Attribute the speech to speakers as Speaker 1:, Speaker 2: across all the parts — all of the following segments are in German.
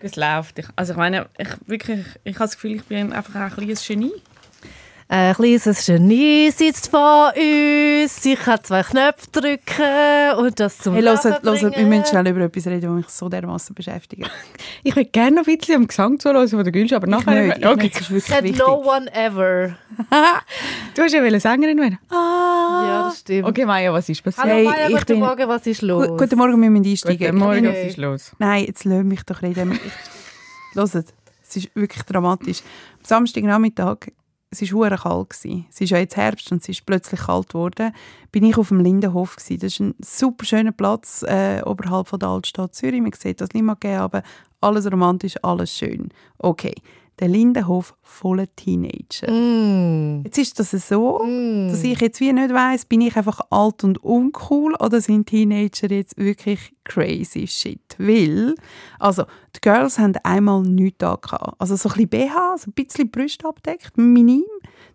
Speaker 1: Es läuft. Ich, also ich meine, ich, wirklich, ich habe das Gefühl, ich bin einfach auch ein kleines Genie.
Speaker 2: Ein kleines Genie sitzt vor uns. Sie kann zwei Knöpfe drücken und das zum
Speaker 3: Hey,
Speaker 2: Laufen
Speaker 3: hört, hört, wir
Speaker 2: bringen.
Speaker 3: müssen schnell über etwas reden, das mich so dermaßen beschäftigt.
Speaker 4: Ich würde gerne noch ein bisschen am Gesang zuhören von der Gülsch, aber
Speaker 3: Ich
Speaker 4: nachher...
Speaker 3: nicht, ich
Speaker 4: okay.
Speaker 3: nicht, das ist wirklich
Speaker 2: Said
Speaker 3: wichtig.
Speaker 2: no one ever.
Speaker 4: Du hast ja eine Sängerin werden. Ah.
Speaker 2: Ja, das stimmt.
Speaker 4: Okay, Maya, was ist passiert?
Speaker 2: Hallo
Speaker 3: Hey,
Speaker 2: Maya,
Speaker 3: ich
Speaker 2: guten
Speaker 3: bin-
Speaker 2: Morgen, was ist los?
Speaker 3: Gu- Guten Morgen, wir müssen einsteigen.
Speaker 4: Guten Morgen, was
Speaker 2: Hey.
Speaker 4: ist los?
Speaker 3: Nein, jetzt lass mich doch reden. Hört, es ist wirklich dramatisch. Am Samstagnachmittag, es war hure kalt. gewesen. Es ist ja jetzt Herbst und es ist plötzlich kalt geworden. Bin ich auf dem Lindenhof. Gewesen. Das ist ein super schöner Platz äh, oberhalb von der Altstadt Zürich. Man sieht das Limagé, aber alles romantisch, alles schön. Okay, der Lindenhof voller Teenager.
Speaker 2: Mm.
Speaker 3: Jetzt ist das so,
Speaker 2: Mm.
Speaker 3: dass ich jetzt wie nicht weiß, bin ich einfach alt und uncool oder sind Teenager jetzt wirklich crazy shit? Weil, also, die Girls haben einmal nichts da gehabt. Also so ein bisschen BH, so ein bisschen Brüste abdeckt, minim,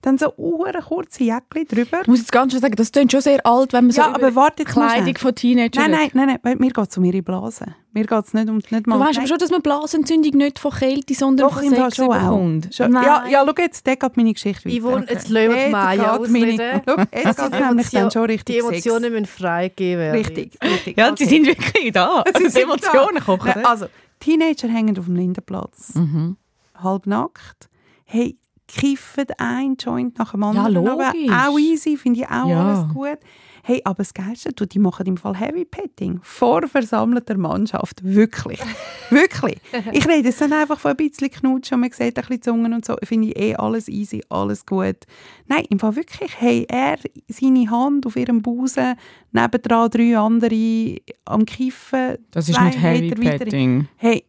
Speaker 3: dann so eine kurze Jäckchen drüber.
Speaker 4: Ich muss jetzt ganz schön sagen, das klingt schon sehr alt, wenn man
Speaker 3: Ja,
Speaker 4: so über
Speaker 3: aber warte jetzt mal
Speaker 4: Kleidung
Speaker 3: schnell.
Speaker 4: von Teenagern
Speaker 3: Nein, nein, nein, nein, weil mir geht es um ihre Blase. Mir geht es nicht um... Nicht mal
Speaker 4: Du weißt
Speaker 3: Nein.
Speaker 4: aber schon, dass man Blasentzündung nicht von Kälte, sondern
Speaker 3: Doch,
Speaker 4: von
Speaker 3: im Fall
Speaker 4: Sex
Speaker 3: schon auch.
Speaker 4: bekommt.
Speaker 3: Schon, ja, ja, schau jetzt, der geht meine Geschichte weiter.
Speaker 2: Yvonne, jetzt lassen wir die
Speaker 3: Der
Speaker 2: Maya
Speaker 3: geht meine-
Speaker 2: ausreden.
Speaker 3: Schau, Jetzt geht es nämlich dann schon richtig
Speaker 2: Die Emotionen
Speaker 3: Sex.
Speaker 2: müssen freigegeben werden.
Speaker 3: Richtig, richtig.
Speaker 4: Ja, sie sind wirklich da.
Speaker 3: sind
Speaker 4: Die Emotionen
Speaker 3: da.
Speaker 4: kochen.
Speaker 3: Nein, also, Teenager hängen auf dem Lindenplatz.
Speaker 4: Mhm.
Speaker 3: Halbnackt. Hey, kiffen ein Joint nach dem
Speaker 4: Ja,
Speaker 3: anderen. runter.
Speaker 4: logisch.
Speaker 3: auch easy, finde ich auch
Speaker 4: Ja.
Speaker 3: alles gut. Hey, aber das Geilste, du, die machen im Fall Heavy Petting. Vor versammelter Mannschaft. Wirklich. Wirklich. Ich rede jetzt dann einfach von ein bisschen Knutschen und man sieht ein bisschen Zungen und so. Finde ich eh alles easy, alles gut. Nein, im Fall wirklich, hey, er, seine Hand auf ihrem Busen, nebendran drei andere am Kiffen.
Speaker 4: Das ist
Speaker 3: zwei
Speaker 4: nicht Heavy
Speaker 3: Meter weiter.
Speaker 4: Petting.
Speaker 3: Hey,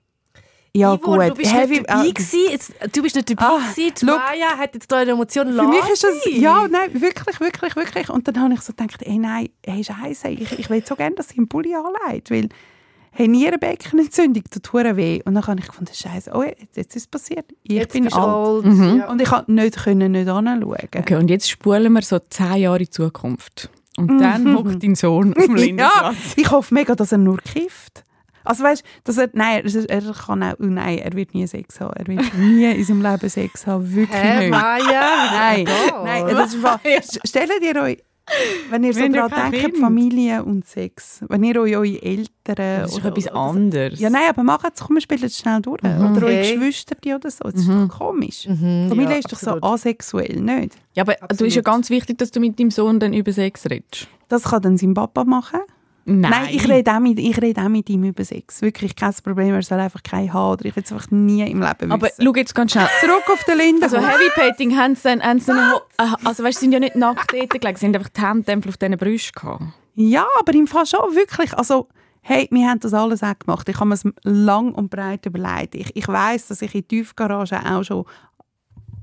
Speaker 3: ja
Speaker 2: Yvonne,
Speaker 3: gut.
Speaker 2: du bist
Speaker 3: heavy,
Speaker 2: nicht dabei
Speaker 3: ah,
Speaker 2: gewesen. Jetzt, du bist nicht dabei
Speaker 3: Ah,
Speaker 2: gewesen. Die
Speaker 3: schau.
Speaker 2: Maya hat jetzt da eine Emotion
Speaker 3: Für mich
Speaker 2: lassen.
Speaker 3: ist das, ja, nein, wirklich, wirklich, wirklich. Und dann habe ich so gedacht, ey, nein, hey, Scheiße, ich, ich will so gerne, dass sie einen Pulli anlegt, weil, hey, Nierenbeckenentzündung tut hure weh. Und dann habe ich gefunden, Scheiße, oh, jetzt, jetzt ist es passiert. Ich
Speaker 2: Jetzt
Speaker 3: bin
Speaker 2: bist
Speaker 3: alt. Mhm.
Speaker 2: du alt. Ja.
Speaker 3: Und ich konnte nicht, können, nicht hinschauen.
Speaker 4: Okay, und jetzt spulen wir so zehn Jahre in die Zukunft. Und dann hockt dein Sohn am
Speaker 3: Mhm. Ja,
Speaker 4: Lindenplatz.
Speaker 3: ich hoffe mega, dass er nur kifft. Also weißt, dass er, nein, er, dus er kann auch, nein, er wird nie Sex haben. Er wird nie in seinem Leben Sex haben, wirklich
Speaker 2: Hä,
Speaker 3: nicht.
Speaker 2: Maya?
Speaker 3: Nein,
Speaker 2: Oh.
Speaker 3: nein, das ist wahr. St- Stellt ihr euch, wenn ihr so
Speaker 4: Wenn ihr
Speaker 3: daran
Speaker 4: kein
Speaker 3: denkt,
Speaker 4: Kind.
Speaker 3: Familie und Sex, wenn ihr euch eure Eltern
Speaker 4: Das ist doch
Speaker 3: oder-
Speaker 4: etwas
Speaker 3: oder so-
Speaker 4: anderes. Mhm.
Speaker 3: Ja, nein, aber macht es, komm, wir spielen es schnell durch. Oder eure
Speaker 2: Okay.
Speaker 3: Geschwister oder so. Das ist doch komisch. Familie
Speaker 2: ja,
Speaker 3: ist doch
Speaker 2: absolut.
Speaker 3: so asexuell, nicht?
Speaker 4: Ja, aber du ist ja
Speaker 2: Absolut.
Speaker 4: ganz wichtig, dass du mit deinem Sohn dann über Sex redest.
Speaker 3: Das kann dann sein Papa machen.
Speaker 4: Nein,
Speaker 3: ich rede auch mit, ich rede auch mit ihm über Sex. Wirklich kein Problem, er soll einfach keinen haben oder ich will es einfach nie im Leben
Speaker 4: Aber
Speaker 3: wissen.
Speaker 4: schau jetzt ganz schnell.
Speaker 3: Zurück auf den Linden.
Speaker 4: Also Heavy Petting haben sie dann... Haben sie dann Aha, also weißt, sie sind ja nicht nackt dort gelegen, sie haben einfach die Hemdämpfe auf diesen Brüsten gehabt.
Speaker 3: Ja, aber im Fall schon, wirklich. Also, hey, wir haben das alles auch gemacht. Ich habe mir es lang und breit überlegt. Ich, ich weiss, dass ich in der Tiefgarage auch schon...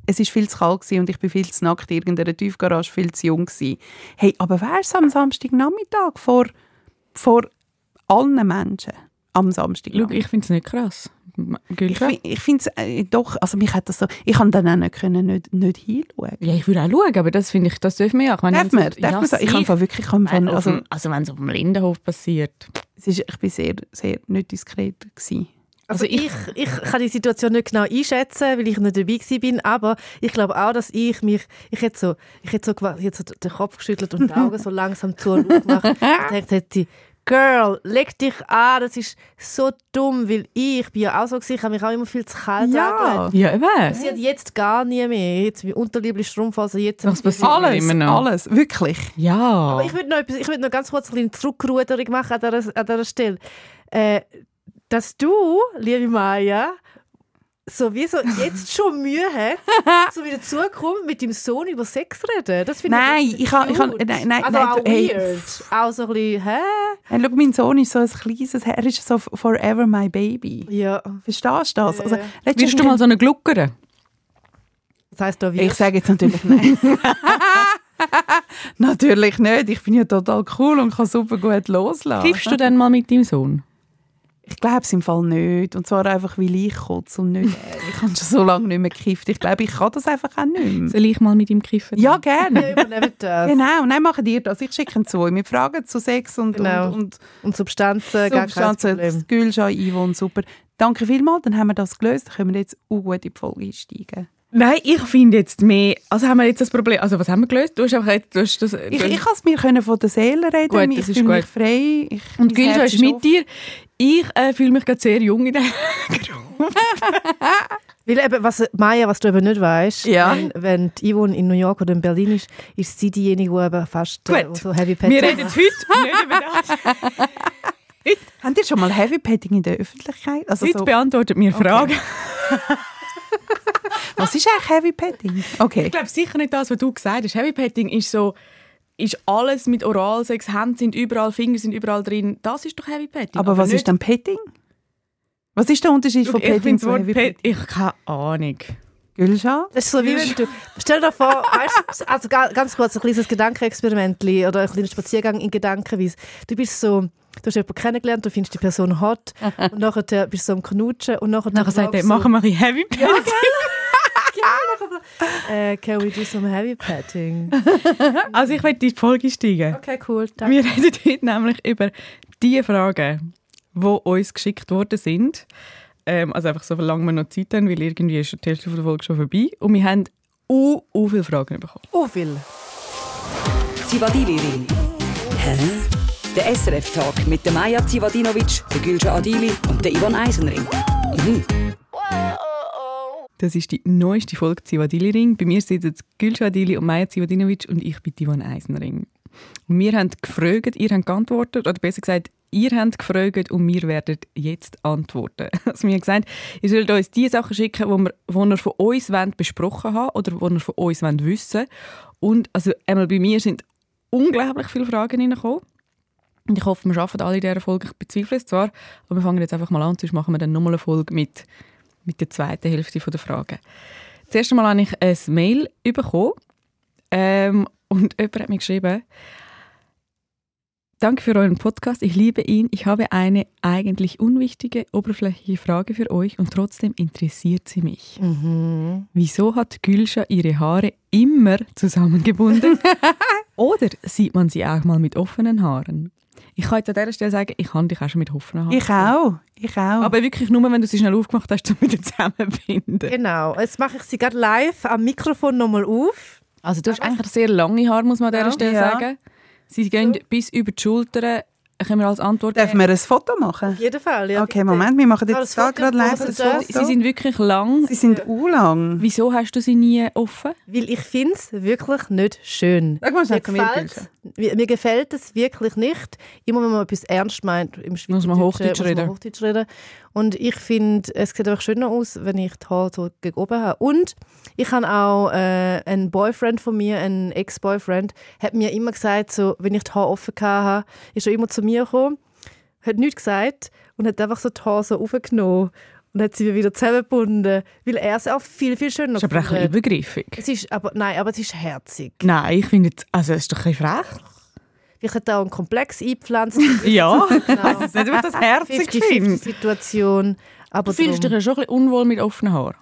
Speaker 3: Es war viel zu kalt gewesen und ich bin viel zu nackt in irgendeiner Tiefgarage, viel zu jung. Gewesen. Hey, aber wer ist am Samstagnachmittag vor, vor allen Menschen am Samstag?
Speaker 4: Schau, ich finde es nicht krass.
Speaker 3: Ich, fi- ich finde es äh, doch, also mich hat das so, ich kann dann auch nicht, können, nicht, nicht hinschauen.
Speaker 4: Ja, ich würde auch schauen, aber das finde ich, das dürfen wir ja. Ich meine,
Speaker 3: Darf
Speaker 4: wenn
Speaker 3: man?
Speaker 4: es-
Speaker 3: Darf
Speaker 4: ja,
Speaker 3: man so? Ich kann
Speaker 4: sicher.
Speaker 3: von wirklich, ich kann von,
Speaker 4: Nein, auf
Speaker 3: also,
Speaker 4: dem- also wenn es auf dem Lindenhof passiert.
Speaker 3: es ist, ich bin sehr, sehr nicht diskret gewesen.
Speaker 2: Also ich, ich kann die Situation nicht genau einschätzen, weil ich nicht dabei gewesen bin, aber ich glaube auch, dass ich mich, ich hätte so, ich hätte so, gewa- ich hätte so d- den Kopf geschüttelt und die Augen so langsam zu und aufgemacht und gedacht hätte, Girl, leg dich an, das ist so dumm, weil ich bin ja auch so gewesen, ich habe mich auch immer viel zu kalt angelegt.
Speaker 4: Ja, eben.
Speaker 2: Passiert jetzt gar nie mehr. Jetzt mein Unterliebe ist Strumpf, also jetzt...
Speaker 4: Was passiert
Speaker 3: Alles,
Speaker 4: immer noch?
Speaker 3: alles, wirklich.
Speaker 4: Ja.
Speaker 2: Aber ich würde noch, etwas- ich würd noch ganz kurz ein bisschen Zurückruderung machen an dieser, an dieser Stelle. Äh, dass du, liebe Maya, sowieso jetzt schon Mühe hast, so wieder zukommen mit deinem Sohn über Sex reden. Das finde
Speaker 3: Nein,
Speaker 2: ich,
Speaker 3: ich kann- ich kann-
Speaker 2: cute.
Speaker 3: nein, nein,
Speaker 2: also
Speaker 3: nein,
Speaker 2: auch
Speaker 3: du- hey.
Speaker 2: weird. Auch so ein bisschen, hä?
Speaker 3: Hey, schau, mein Sohn ist so ein kleines, er ist so forever my baby.
Speaker 2: Ja.
Speaker 3: Verstehst du das? Also,
Speaker 2: Ja, ja.
Speaker 3: letztens-
Speaker 4: Wirst du mal so eine Gluckere?
Speaker 2: Das heisst da
Speaker 3: ich
Speaker 2: weird.
Speaker 3: sage jetzt natürlich nein. natürlich nicht, ich bin ja total cool und kann super gut loslassen.
Speaker 4: Triffst du dann mal mit deinem Sohn?
Speaker 3: Ich glaube es im Fall nicht. Und zwar einfach, weil ich kotze und nicht er. Ich habe schon so lange nicht mehr gekifft. Ich glaube, ich kann das einfach auch nicht mehr.
Speaker 4: Soll ich mal mit ihm kiffen?
Speaker 3: Ja, gerne.
Speaker 2: Wir übernehmen das.
Speaker 3: Genau, nein, machen dir das. Ich schicke ihn zu. ihm mit Fragen zu Sex und,
Speaker 2: Genau.
Speaker 3: und, und
Speaker 4: Äh,
Speaker 2: Und Substanzen, gar kein
Speaker 3: Substanzen,
Speaker 2: Problem.
Speaker 3: das Gülschan, Yvonne, super. Danke vielmals, dann haben wir das gelöst. Dann können wir jetzt auch gut in die Folge einsteigen.
Speaker 4: Nein, ich finde jetzt mehr. Also haben wir jetzt das Problem. Also was haben wir gelöst? Du hast einfach jetzt. Du hast das,
Speaker 3: Ich, ich kann es mir können von der Seele reden.
Speaker 4: Gut,
Speaker 3: ich
Speaker 4: das ist
Speaker 3: fühle mich
Speaker 4: gut.
Speaker 3: frei. Ich,
Speaker 4: und
Speaker 3: mein
Speaker 4: Gülscha
Speaker 3: Herz
Speaker 4: ist mit
Speaker 3: offen.
Speaker 4: dir. Ich äh, fühle mich gerade sehr jung in der Gruppe.
Speaker 2: Weil eben, was, Maya, was du eben nicht weißt,
Speaker 4: Ja.
Speaker 2: wenn, wenn die Yvonne in New York oder in Berlin ist, ist sie diejenige, die eben fast äh,
Speaker 4: Gut.
Speaker 2: so Heavy Pets
Speaker 4: Wir reden heute nicht über das.
Speaker 3: Habt ihr schon mal Heavy Petting in der Öffentlichkeit? Also
Speaker 4: Heute
Speaker 3: so,
Speaker 4: beantwortet mir Fragen.
Speaker 3: was ist eigentlich Heavy Petting? Okay.
Speaker 4: Ich glaube sicher nicht das, was du gesagt hast. Heavy Petting ist so, ist alles mit Oralsex, Hände sind überall, Finger sind überall drin. Das ist doch Heavy Petting.
Speaker 3: Aber was ist
Speaker 4: das
Speaker 3: denn Petting? Was ist der Unterschied von
Speaker 4: Ich
Speaker 3: Petting
Speaker 4: finde das
Speaker 3: zu
Speaker 4: Wort
Speaker 3: Heavy
Speaker 4: Pet
Speaker 3: Petting?
Speaker 4: ich keine Ahnung.
Speaker 3: Gülscha?
Speaker 2: Das ist so wie wenn du, stell dir vor, weißt, also ga- ganz kurz ein kleines Gedankenexperiment oder ein kleiner Spaziergang in Gedankenweise. Du bist so, du hast jemanden kennengelernt, du findest die Person hot und nachher äh, bist du so am Knutschen und nachher,
Speaker 4: Nachher sagt er,
Speaker 2: fragst du
Speaker 4: machen wir ein Heavy Petting.
Speaker 2: so, äh, can we do some heavy petting?
Speaker 4: Also ich werde in die Folge steigen.
Speaker 2: Okay, cool, danke.
Speaker 4: Wir reden heute nämlich über die Fragen, die uns geschickt worden sind. Ähm, also einfach so, solange wir noch Zeit haben, weil irgendwie ist die Hälfte der Folge schon vorbei. Und wir haben u u viele Fragen bekommen.
Speaker 2: Oh, viel.
Speaker 5: Zivadili-Ring. Hä? Der SRF-Tag mit der Maja Zivadinovic, der Gülce Adili und der Ivan Eisenring. Mhm.
Speaker 4: Das ist die neueste Folge Zivadili Ring. Bei mir sitzen jetzt Gülşah Adili und Maja Zivadinovic und ich bin Divan Eisenring. Und wir haben gefragt, ihr habt geantwortet, oder besser gesagt, ihr habt gefragt und wir werden jetzt antworten. Also wir haben gesagt, ihr sollt uns die Sachen schicken, die wir, wo ihr von uns wollt, besprochen haben oder die ihr von uns wollt, wissen Und also einmal bei mir sind unglaublich viele Fragen reingekommen. Und ich hoffe, wir schaffen alle in dieser Folge. Ich bezweifle es zwar, aber wir fangen jetzt einfach mal an, sonst machen wir dann nochmal eine Folge mit mit der zweiten Hälfte der Frage. Zuerst einmal habe ich ein Mail bekommen ähm, und jemand hat mir geschrieben, Danke für euren Podcast, ich liebe ihn. Ich habe eine eigentlich unwichtige, oberflächliche Frage für euch und trotzdem interessiert sie mich.
Speaker 3: Mhm.
Speaker 4: Wieso hat Gülscha ihre Haare immer zusammengebunden? Oder sieht man sie auch mal mit offenen Haaren? Ich kann jetzt an dieser Stelle sagen, ich habe dich auch schon mit offenen Haaren.
Speaker 3: Ich auch. Ich auch.
Speaker 4: Aber wirklich nur, wenn du sie schnell aufgemacht hast, um wieder zusammenbinden.
Speaker 2: Genau, jetzt mache ich sie gerade live am Mikrofon nochmal auf.
Speaker 4: Also du hast eigentlich sehr lange Haare, muss man an dieser
Speaker 2: Ja.
Speaker 4: Stelle
Speaker 3: Ja.
Speaker 4: sagen. Sie gehen bis über die Schultern, können wir als Antwort
Speaker 3: Dürfen wir ein Foto machen?
Speaker 2: Auf jeden Fall, ja.
Speaker 3: Okay, Moment, wir machen
Speaker 2: Ah, das
Speaker 3: jetzt da
Speaker 2: Foto
Speaker 3: gerade live ein
Speaker 2: machen
Speaker 3: Foto.
Speaker 2: Sie
Speaker 4: Sie sind wirklich lang.
Speaker 3: sie sind auch lang.
Speaker 4: Wieso hast du sie nie offen?
Speaker 2: Weil ich finde es wirklich nicht schön.
Speaker 3: Sag mal
Speaker 2: Mir
Speaker 3: schnell zu mir,
Speaker 2: gefällt, mir, mir gefällt es wirklich nicht. Immer wenn man etwas ernst meint, im
Speaker 4: man
Speaker 2: Schweizerdeutschen
Speaker 4: Hochdeutsch reden.
Speaker 2: Hochdeutsch reden. Und ich finde, es sieht einfach schöner aus, wenn ich die Haare so gegen oben habe. Und ich habe auch äh, einen Boyfriend von mir, einen Ex-Boyfriend, hat mir immer gesagt, so, wenn ich die Haare offen hatte, ist er immer zu mir gekommen, hat nichts gesagt und hat einfach so die Haare so aufgenommen und hat sie mir wieder zusammengebunden, weil er es auch viel, viel schöner
Speaker 4: Das ist aber ein bisschen
Speaker 2: gefunden hat.
Speaker 4: übergriffig.
Speaker 2: es ist aber, Nein, aber es ist herzig.
Speaker 4: Nein, ich finde, jetzt- also das ist doch ein bisschen frech.
Speaker 2: Ich hätte auch einen Komplex eingepflanzt. Genau.
Speaker 4: Ja, also es ist nicht, ob ich das herzig finde.
Speaker 2: 50-50-Situation. Aber
Speaker 4: Du fühlst dich
Speaker 2: drum.
Speaker 4: ja schon ein bisschen unwohl mit offenen Haaren.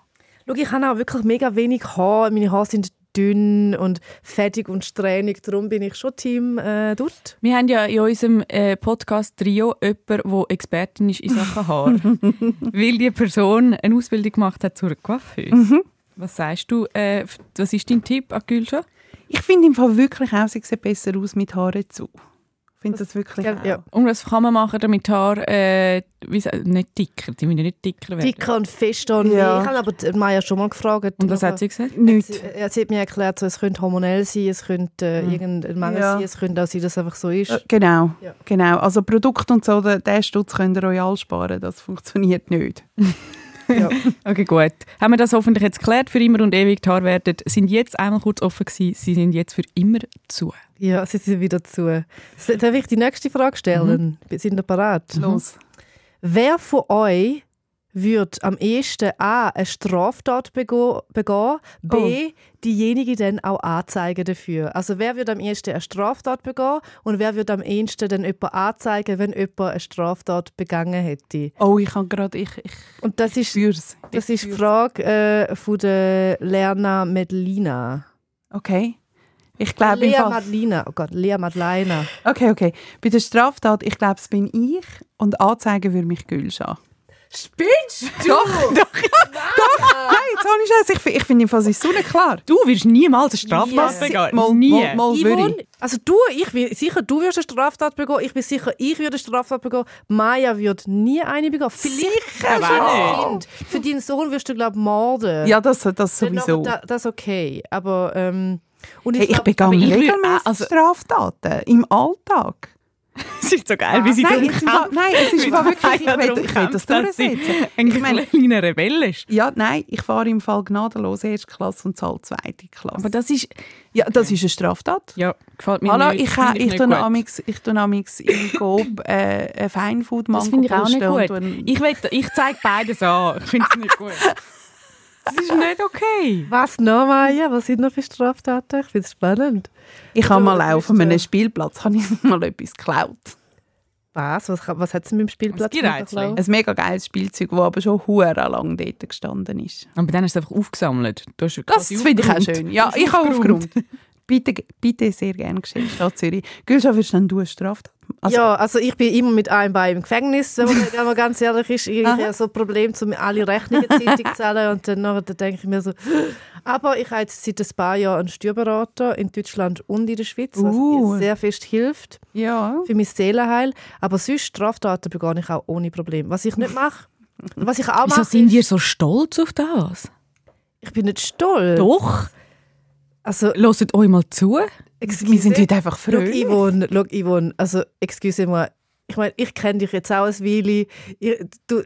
Speaker 2: Schau, ich habe auch wirklich mega wenig Haar. Meine Haare sind dünn und fettig und strähnig. Darum bin ich schon Team äh, dort.
Speaker 4: Wir haben ja in unserem äh, Podcast-Trio jemanden, der Expertin ist in Sachen Haar. weil die Person eine Ausbildung gemacht hat zur Coiffeuse. Was sagst du, äh, f- was ist dein Tipp an Gülscha?
Speaker 3: Ich finde im Fall wirklich auch, sie sehen besser aus mit Haaren zu. Ich finde das wirklich
Speaker 4: Genau.
Speaker 2: Ja,
Speaker 3: auch.
Speaker 2: ja.
Speaker 4: Und was kann man machen, damit die Haare äh, wie, sa- nicht dicker, die müssen ja nicht dicker werden?
Speaker 2: Dicker und fest und
Speaker 3: Ja.
Speaker 2: Ich habe aber die Maya schon mal gefragt.
Speaker 4: Und was hat sie gesagt?
Speaker 3: Nicht.
Speaker 2: Sie, äh, sie hat mir erklärt, so, es könnte hormonell sein, es könnte
Speaker 4: Hm.
Speaker 2: äh, irgendein Mangel
Speaker 3: Ja.
Speaker 2: sein, es könnte auch sein, dass es einfach so ist.
Speaker 3: Äh, Genau,
Speaker 2: Ja.
Speaker 3: genau. Also Produkt und so, den- den Stutz könnt ihr euch alle sparen, das funktioniert nicht.
Speaker 4: Okay, gut. Haben wir das hoffentlich jetzt geklärt, für immer und ewig die Haare werden, sind jetzt einmal kurz offen gewesen, sie sind jetzt für immer zu.
Speaker 2: Ja, sie sind wieder zu. So, Darf ich die nächste Frage stellen?
Speaker 4: Mhm.
Speaker 2: Sind ihr parat?
Speaker 3: Los.
Speaker 2: Wer von euch würde am ehesten A. eine Straftat bego- begehen, B.
Speaker 3: Oh.
Speaker 2: diejenige dann auch anzeigen dafür? Also wer würde am ehesten eine Straftat begehen und wer würde am ehesten dann jemanden anzeigen, wenn jemand eine Straftat begangen hätte?
Speaker 3: Oh, ich kann gerade, ich, ich
Speaker 2: Und das ist,
Speaker 3: spüre es.
Speaker 2: das ist die Frage äh, von der Lerna Medlina.
Speaker 3: Okay. Ich glaube, im
Speaker 2: Lea
Speaker 3: Fall-
Speaker 2: Madlina, oh Gott, Lea Madlina.
Speaker 3: okay, okay. Bei der Straftat, ich glaube, es bin ich und anzeigen würde mich Gülscha.
Speaker 2: Spinnst du?
Speaker 3: Nein, jetzt ohne Scheiß. Ich, fi- ich finde, im Fall, es ist so nicht klar.
Speaker 4: Du wirst niemals eine Straftat begehen.
Speaker 3: Mal,
Speaker 4: Nie.
Speaker 3: mal, mal würde
Speaker 2: Yvonne,
Speaker 3: ich.
Speaker 2: also du, ich bin sicher, du wirst eine Straftat begehen. Ich bin sicher, ich würde eine Straftat begehen. Maya wird nie eine begehen. Vielleicht sicher,
Speaker 4: aber
Speaker 2: Kind. Für deinen Sohn wirst du, glaube ich, morden.
Speaker 3: Ja, das, das
Speaker 2: Dann
Speaker 3: sowieso.
Speaker 2: noch- da- Das ist okay. Aber, ähm, und ich,
Speaker 3: Hey, ich
Speaker 2: glaub,
Speaker 3: begann
Speaker 4: aber ich würd-
Speaker 3: regelmäßig
Speaker 4: also-
Speaker 3: Straftaten im Alltag.
Speaker 4: Es ist so geil, wie sie
Speaker 3: Nein,
Speaker 4: drum
Speaker 3: ich, nein, es ist aber wirklich, ich will, ich will das durchsetzen.
Speaker 4: Ein
Speaker 3: Ich meine-
Speaker 4: kleiner Rebell ist.
Speaker 3: Ja, nein, ich fahre im Fall gnadenlos erste Klasse und zahle zweite Klasse.
Speaker 4: Aber das ist...
Speaker 3: ja, das ist eine Straftat.
Speaker 4: Ja, gefällt mir
Speaker 3: Hallo,
Speaker 4: nicht.
Speaker 3: ich, ha-
Speaker 4: Finde
Speaker 3: ich
Speaker 4: nicht
Speaker 3: tue
Speaker 4: gut.
Speaker 3: amix, ich tue amix im Coop äh, ein Feinfood
Speaker 4: Das
Speaker 3: Mango
Speaker 4: finde ich auch nicht
Speaker 3: posten und
Speaker 4: gut.
Speaker 3: tue-
Speaker 4: Ich, will- ich zeige beides an. Ich finde es nicht gut. Das ist nicht okay.
Speaker 2: Was noch, Maya? Was sind noch für Straftaten? Ich finde es spannend.
Speaker 3: Ich habe mal
Speaker 2: du
Speaker 3: auf
Speaker 2: bist, äh,
Speaker 3: einem Spielplatz habe ich mal etwas geklaut.
Speaker 2: Was? Was, was hat sie mit dem Spielplatz
Speaker 4: Was
Speaker 2: gemacht,
Speaker 4: Gerätchen?
Speaker 2: Laura?
Speaker 3: Ein mega geiles Spielzeug, das aber schon hure lang dort gestanden ist.
Speaker 4: Aber dann hast du es einfach aufgesammelt. Du hast
Speaker 3: Das
Speaker 4: quasi
Speaker 3: finde ich auch
Speaker 4: aufgeräumt.
Speaker 3: schön. Ja,
Speaker 4: Hast du
Speaker 3: ich habe aufgeräumt.
Speaker 4: aufgeräumt?
Speaker 3: Bitte, bitte sehr gerne geschehen, Stadt Zürich. Gülscha, wirst denn du eine Straftat? Also,
Speaker 2: ja, also ich bin immer mit einem Bein im Gefängnis, wenn man, wenn man ganz ehrlich ist. Ich habe so ein Problem, um alle Rechnungen zeitig zu zahlen und dann nachher denke ich mir so... Aber ich habe jetzt seit ein paar Jahren einen Steuerberater in Deutschland und in der Schweiz, was
Speaker 3: Uh.
Speaker 2: mir sehr fest hilft
Speaker 3: ja.
Speaker 2: für mein Seelenheil. Aber sonst Straftaten begann ich auch ohne Problem. Was ich nicht mache, was ich auch
Speaker 4: Wieso
Speaker 2: mache,
Speaker 4: sind
Speaker 2: ist,
Speaker 4: ihr so stolz auf das?
Speaker 2: ich bin nicht
Speaker 3: Äh.
Speaker 2: stolz.
Speaker 4: Doch.
Speaker 2: Also,
Speaker 4: Hört euch mal zu.
Speaker 3: Wir sind
Speaker 2: excuse.
Speaker 3: heute einfach
Speaker 2: Schau,
Speaker 3: fröhlich.
Speaker 2: Yvonne, schau, Yvonne, also, excuse moi. Ich meine, ich kenne dich jetzt auch ein Weile. Ich, du,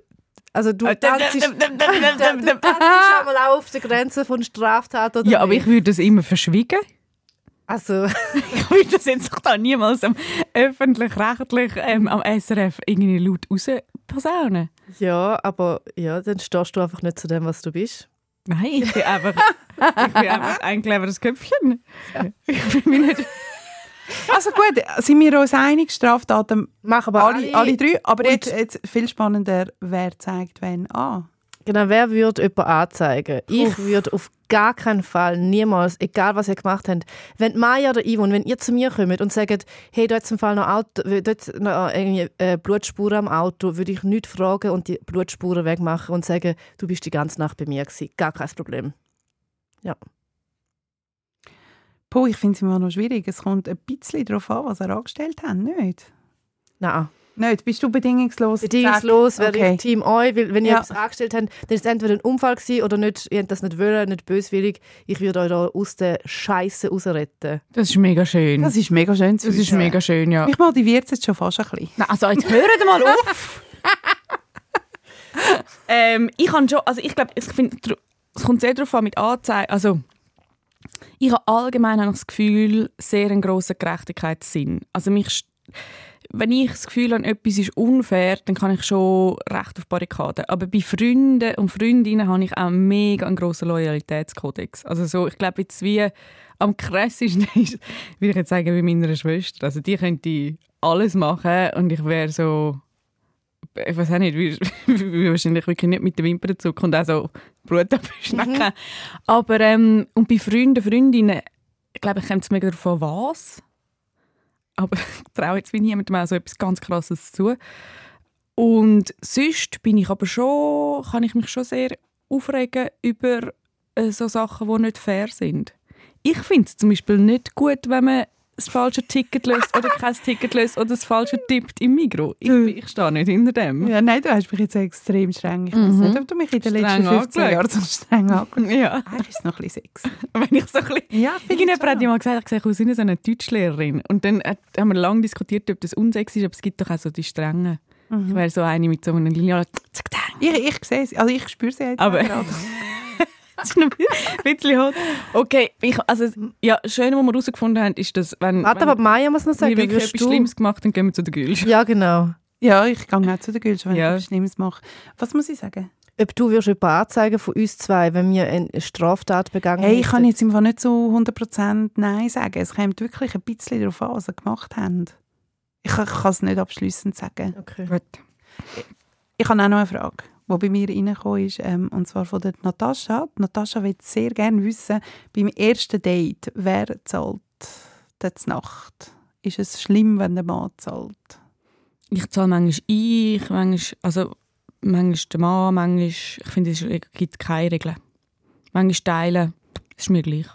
Speaker 2: also, du tanzt du tanzt schon mal auch auf der Grenze von Straftat oder
Speaker 4: Ja, aber
Speaker 2: nicht?
Speaker 4: ich würde das immer verschwiegen.
Speaker 2: Also,
Speaker 4: Ich würde das jetzt doch da niemals am öffentlich-rechtlich ähm, am SRF irgendwie laut rausposaunen.
Speaker 2: ja, aber ja, dann stehst du einfach nicht zu dem, was du bist.
Speaker 4: Nein, ich bin einfach, ich bin einfach ein cleveres Köpfchen. Ich bin mir nicht...
Speaker 3: Also gut, sind wir uns einig, Straftaten
Speaker 2: Mach aber
Speaker 3: alle, alle drei. Aber
Speaker 2: Und-
Speaker 3: jetzt, jetzt viel spannender, wer zeigt wen an.
Speaker 2: Genau, wer würde jemanden anzeigen? Ich würde auf gar keinen Fall, niemals, egal was ihr gemacht habt, wenn die Maya oder Yvonne, wenn ihr zu mir kommt und sagt, hey, da ist im Fall noch, Auto, da hat's noch irgendwie, äh, Blutspuren am Auto, würde ich nichts fragen und die Blutspuren wegmachen und sagen, du bist die ganze Nacht bei mir gewesen. Gar kein Problem.
Speaker 3: Puh, ich finde es immer noch schwierig. Es kommt ein bisschen darauf an, was er angestellt hat, nicht?
Speaker 2: Nein.
Speaker 3: Nicht, bist du bedingungslos?
Speaker 2: Bedingungslos wäre
Speaker 3: Okay.
Speaker 2: ich Team euch, weil wenn ihr
Speaker 3: Ja.
Speaker 2: etwas angestellt habt, dann ist es entweder ein Unfall gewesen oder nicht, ihr habt das nicht wollen, nicht böswillig. Ich würde euch da aus der Scheiße rausretten.
Speaker 4: Das ist mega schön.
Speaker 3: Das ist mega schön zu
Speaker 4: Das ist
Speaker 3: wissen.
Speaker 4: mega schön, ja.
Speaker 3: Mich motiviert es jetzt schon fast ein bisschen.
Speaker 4: Nein, also jetzt hört mal auf! ähm, ich habe schon, also ich glaube, ich finde, dr- es kommt sehr darauf an mit Anzeigen, also ich habe allgemein habe ich das Gefühl, sehr einen grossen Gerechtigkeitssinn. Also mich, st- wenn ich das Gefühl habe, etwas ist unfair, dann kann ich schon recht auf Barrikaden. Aber bei Freunden und Freundinnen habe ich auch mega einen grossen Loyalitätskodex. Also so, ich glaube jetzt wie am krassesten ist, würde ich jetzt sagen, wie meiner Schwester. Also die könnte alles machen und ich wäre so ich weiß auch nicht, wie, wie wahrscheinlich wirklich nicht mit den Wimpern zucken und auch so Blut abschnecken. Aber ähm, und bei Freunden, Freundinnen, ich glaube, ich komme es mega davon, was. Aber ich traue jetzt wie niemandem auch so etwas ganz Krasses zu. Und sonst bin ich aber schon, kann ich mich schon sehr aufregen über äh, so Sachen, die nicht fair sind. Ich finde es zum Beispiel nicht gut, wenn man das falsche Ticket löst oder kein Ticket löst oder das falsche tippt im Migro. Ich, bin- ich stehe nicht hinter dem.
Speaker 3: Ja, nein, du hast mich jetzt extrem streng. Ich weiß nicht, ob du mich in den
Speaker 4: Mhm. Streng
Speaker 3: letzten 15
Speaker 4: angeschaut.
Speaker 3: Jahren so streng angeschaut
Speaker 4: Ja,
Speaker 3: hast. Eigentlich ist es noch ein bisschen sexy.
Speaker 4: wenn ich so ein bisschen...
Speaker 3: Ja,
Speaker 4: Irgendjemand hat ja mal gesagt, ich sehe aus wie so eine Deutschlehrerin. Und dann hat, haben wir lange diskutiert, ob das unsexy ist, aber es gibt doch auch so die Strengen. Ich wäre so eine mit so einem Lineal. zack, zack.
Speaker 3: Ich, ich sehe es, also ich spüre sie jetzt.
Speaker 4: Aber-
Speaker 3: auch gerade.
Speaker 4: Das ist noch ein bisschen hot. Okay, ich, also, ja, das Schöne, was wir herausgefunden haben, ist, dass wenn,
Speaker 2: Warte, aber
Speaker 4: wenn
Speaker 2: Maya muss noch sagen,
Speaker 4: wir wirklich
Speaker 2: würdest
Speaker 4: etwas
Speaker 2: du...
Speaker 4: Schlimmes gemacht haben, gehen wir zu der Gülsch.
Speaker 2: Ja, genau.
Speaker 3: Ja, ich gehe auch zu der Gülsch, wenn
Speaker 4: Ja.
Speaker 3: ich etwas Schlimmes mache. Was muss ich sagen?
Speaker 2: ob du wirst jemanden anzeigen von uns zwei, wenn wir eine Straftat begangen
Speaker 3: Hey, ich kann
Speaker 2: hätten.
Speaker 3: jetzt im Fall nicht zu 100% Nein sagen. Es kommt wirklich ein bisschen darauf an, was sie gemacht haben. Ich kann kann es nicht abschließend sagen.
Speaker 2: Okay.
Speaker 4: Gut.
Speaker 3: Ich habe auch noch eine Frage, die bei mir reingekommen ist, ähm, und zwar von der Natascha. Die Natascha will sehr gerne wissen, beim ersten Date, wer zahlt denn die Nacht? Ist es schlimm, wenn der Mann zahlt?
Speaker 4: Ich zahle manchmal ich, manchmal, also manchmal der Mann, manchmal... Ich finde, es gibt keine Regeln. Manchmal teilen, das ist mir gleich.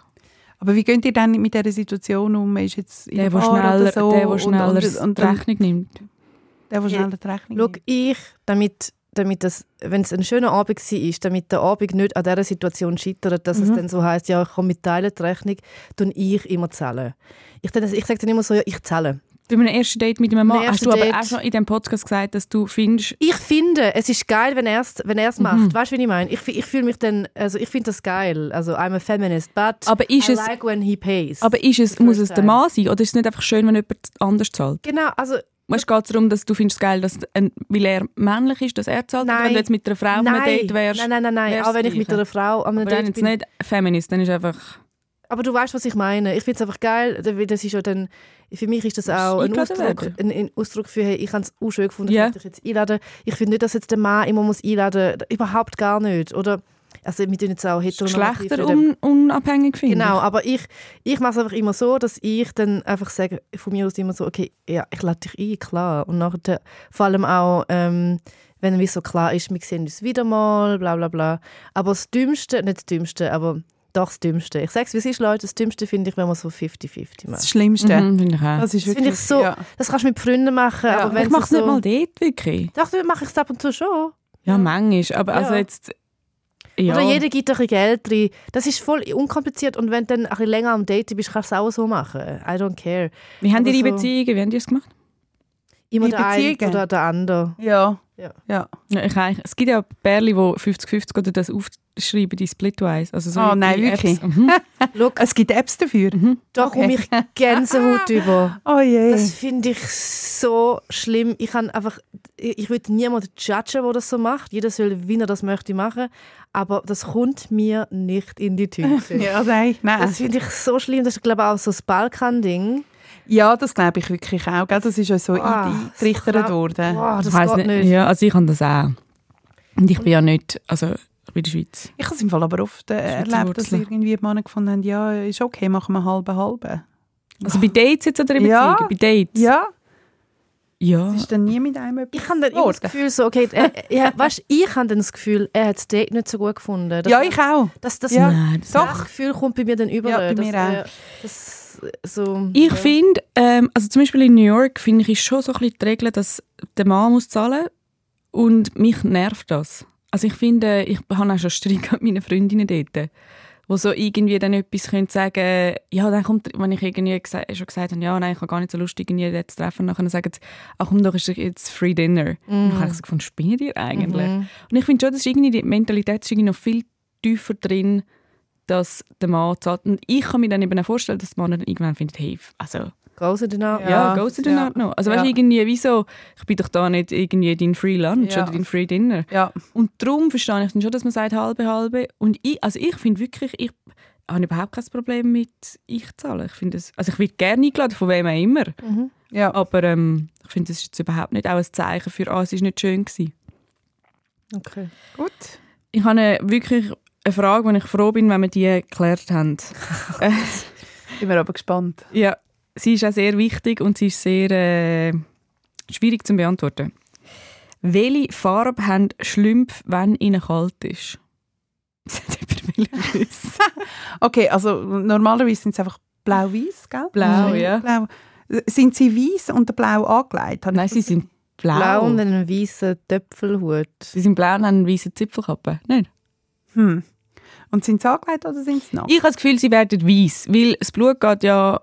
Speaker 3: Aber wie geht ihr dann mit dieser Situation um? Ist jetzt in
Speaker 4: Der, der
Speaker 3: Bar
Speaker 4: schneller,
Speaker 3: oder so
Speaker 4: der, der schneller
Speaker 3: und,
Speaker 4: die
Speaker 3: und, und, und
Speaker 4: Rechnung nimmt.
Speaker 3: der, der
Speaker 2: Ja.
Speaker 3: schneller die Rechnung
Speaker 2: Schau,
Speaker 3: nimmt.
Speaker 2: ich, damit, damit das, wenn es ein schöner Abend war, damit der Abend nicht an dieser Situation scheitert, dass es
Speaker 3: Mhm.
Speaker 2: dann so heisst, ja, ich komme mit Teilen die Rechnung, dann ich immer zählen. Ich, dann- ich sage dann immer so, ja, ich zähle.
Speaker 4: Bei einem ersten Date mit einem Mann
Speaker 2: Beim
Speaker 4: hast du
Speaker 2: ersten
Speaker 4: aber
Speaker 2: Date.
Speaker 4: auch schon in diesem Podcast gesagt, dass du findest,
Speaker 2: Ich finde, es ist geil, wenn er es wenn
Speaker 3: Mhm.
Speaker 2: er's macht. Weißt du, wie ich meine? Ich, fi- ich fühle mich dann, also ich finde das geil. Also, I'm a feminist, but
Speaker 4: aber ist
Speaker 2: I
Speaker 4: es,
Speaker 2: like when he pays.
Speaker 4: aber ist es muss es
Speaker 2: Verstehe.
Speaker 4: der Mann sein oder ist es nicht einfach schön, wenn jemand anders zahlt?
Speaker 2: genau, also
Speaker 4: Weißt, geht es darum, dass du findest es geil, dass ein, weil er männlich ist, dass er zahlt? Oder
Speaker 2: Nein.
Speaker 4: Wenn du jetzt mit einer Frau auf einem Date wärst,
Speaker 2: nein, nein, nein, nein.
Speaker 4: wär's
Speaker 2: Auch wenn ich mit
Speaker 4: Gleiche.
Speaker 2: einer Frau an einem
Speaker 4: aber dann
Speaker 2: Date
Speaker 4: jetzt
Speaker 2: bin.
Speaker 4: nicht Feminist, dann ist einfach...
Speaker 2: Aber du weißt, was ich meine. Ich finde es einfach geil. weil Das ist ja dann, für mich ist das auch ein
Speaker 4: eingeladen
Speaker 2: Ausdruck,
Speaker 4: werden.
Speaker 2: ein, ein Ausdruck für, hey, ich habe es auch schön gefunden,
Speaker 4: Ja.
Speaker 2: ich möchte dich jetzt einladen. Ich finde nicht, dass jetzt der Mann immer muss einladen muss. Überhaupt gar nicht. Oder, also wir tun jetzt auch heteronormativ reden.
Speaker 4: geschlechterunabhängig finde
Speaker 2: Genau,
Speaker 4: ich.
Speaker 2: aber ich, ich mache es einfach immer so, dass ich dann einfach sage, von mir aus immer so, okay, ja, ich lade dich ein, klar. Und nachher, vor allem auch, ähm, wenn es so klar ist, wir sehen uns wieder mal, bla bla bla. Aber das Dümmste, nicht das Dümmste, aber doch das Dümmste. Ich sage es, wie es ist, Leute, das Dümmste finde ich, wenn man so 50-50
Speaker 3: Das
Speaker 2: macht.
Speaker 3: Schlimmste.
Speaker 4: Mhm, finde ich auch.
Speaker 3: Das ist
Speaker 2: Das
Speaker 3: wirklich...
Speaker 2: finde ich so,
Speaker 3: Ja.
Speaker 2: das kannst du mit Freunden machen, Also, aber wenn
Speaker 4: ich mache es
Speaker 2: so,
Speaker 4: nicht mal dort, wirklich.
Speaker 2: Doch, dann mache ich es ab und zu schon.
Speaker 4: Ja, manchmal. Aber also
Speaker 2: Ja.
Speaker 4: jetzt... Ja.
Speaker 2: Oder jeder gibt ein bisschen Geld rein. Das ist voll unkompliziert und wenn du dann ein bisschen länger am Dating bist, kannst du es auch so machen. I don't care.
Speaker 4: Wie haben
Speaker 2: oder
Speaker 4: die
Speaker 2: so.
Speaker 4: Beziehungen? Wie haben die es gemacht?
Speaker 2: Immer
Speaker 3: Die
Speaker 2: der eine
Speaker 3: Beziehungen.
Speaker 2: oder der andere.
Speaker 3: Ja.
Speaker 2: Ja.
Speaker 3: ja.
Speaker 4: Ja, ich, eigentlich- es gibt ja Bärli, die 50-50 oder das aufschreiben, die Splitwise. Also so
Speaker 3: Oh
Speaker 4: in-
Speaker 3: nein,
Speaker 4: in Apps.
Speaker 3: wirklich?
Speaker 4: Mhm.
Speaker 2: Look,
Speaker 3: Es gibt Apps dafür.
Speaker 2: da komme ich Gänsehaut über.
Speaker 3: Oh je.
Speaker 2: Das finde ich so schlimm. Ich kann einfach, ich ich würde niemanden judgen, der das so macht. Jeder soll, wie er das möchte, machen. Aber das kommt mir nicht in die Tüte.
Speaker 3: ja, nein. nein.
Speaker 2: Das finde ich so schlimm. Das ist, glaube ich, auch so das Balkan-Ding.
Speaker 3: ja, das glaube ich wirklich auch. gell? Das ist ja so
Speaker 2: Ah, so
Speaker 3: eingerichtet
Speaker 2: knapp.
Speaker 3: worden.
Speaker 2: Boah, das
Speaker 4: Ich weiss
Speaker 2: geht nicht.
Speaker 4: Ja, also ich kann das auch. Und ich bin ja nicht... Also ich bin in der Schweiz.
Speaker 3: Ich habe es im Fall aber oft äh,
Speaker 4: Schweizer
Speaker 3: erlebt, dass
Speaker 4: Wurzeln.
Speaker 3: irgendwie die Männer gefunden haben, ja, ist okay, machen wir halbe halbe.
Speaker 4: Also bei Dates jetzt oder in
Speaker 3: Ja.
Speaker 4: Beziehungen? Bei Dates?
Speaker 3: Ja,
Speaker 4: Ja.
Speaker 3: es ist dann nie mit einem etwas
Speaker 2: Ich habe dann immer das
Speaker 3: geworden.
Speaker 2: Gefühl, so, okay, er, ja, weißt, ich habe dann das Gefühl, er hat das Date nicht so gut gefunden. Das-
Speaker 3: Ja, ich auch.
Speaker 2: Das, das,
Speaker 3: Ja.
Speaker 4: Nein, das
Speaker 2: das Gefühl kommt bei mir dann über.
Speaker 3: Ja, bei
Speaker 2: dass,
Speaker 3: mir
Speaker 2: äh,
Speaker 3: auch.
Speaker 2: das, so,
Speaker 4: Ich
Speaker 2: ja.
Speaker 4: finde, ähm, also zum Beispiel in New York finde ich ist schon so ein bisschen die Regel, dass der Mann muss zahlen und mich nervt das. Also ich finde, ich habe auch schon Streit gehabt mit meinen Freundinnen dort, wo so irgendwie dann etwas können sagen, ja, dann kommt, wenn ich irgendwie gesa- schon gesagt habe, ja, nein, ich habe gar nicht so Lust, irgendwie dort zu treffen, dann sagen sie, ach komm, doch ist doch jetzt Free Dinner. Und dann habe ich so gefunden, spinnen ihr eigentlich? Und ich finde schon, das ist irgendwie, die Mentalität ist irgendwie noch viel tiefer drin, dass der Mann zahlt. Und ich kann mir dann eben auch vorstellen, dass der Mann dann irgendwann findet, hey, also,
Speaker 2: Goes in the night.
Speaker 4: ja,
Speaker 3: Ja,
Speaker 4: go to the
Speaker 3: ja.
Speaker 4: night now. Also weißt du,
Speaker 3: Ja.
Speaker 4: irgendwie, wieso, ich bin doch da nicht irgendwie dein Free Lunch
Speaker 3: Ja.
Speaker 4: oder dein Free Dinner.
Speaker 3: Ja,
Speaker 4: Und darum verstehe ich dann schon, dass man sagt, halbe, halbe. Und ich, also ich finde wirklich, ich habe überhaupt kein Problem mit ich zahlen. Ich finde das, also ich werde gerne eingeladen, von wem auch immer.
Speaker 3: ja.
Speaker 4: Aber ähm, ich finde, das ist jetzt überhaupt nicht auch ein Zeichen für, ah, es war nicht schön gewesen.
Speaker 2: Okay.
Speaker 3: Gut.
Speaker 4: Ich habe eine- wirklich eine Frage, wo ich froh bin, wenn wir die geklärt haben. Äh,
Speaker 3: Sind wir aber gespannt.
Speaker 4: ja, sie ist auch sehr wichtig und sie ist sehr äh, schwierig zu beantworten. Welche Farbe haben Schlümpfe, wenn ihnen kalt ist? Das hat jemand wollen wissen.
Speaker 3: Okay, also normalerweise sind es einfach blau-weiß, gell?
Speaker 4: Blau, ja.
Speaker 3: Blau. Sind sie weiß und blau angelegt? Habe ich
Speaker 4: Nein, sie
Speaker 3: das-
Speaker 4: sind blau.
Speaker 2: Blau und einen weißen Töpfelhut.
Speaker 4: Sie sind blau und haben einen weißen Zipfelkappe. Nein.
Speaker 3: Hm. Und sind sie angelegt oder sind sie noch?
Speaker 4: Ich habe das Gefühl, sie werden weiß, weil das Blut geht ja,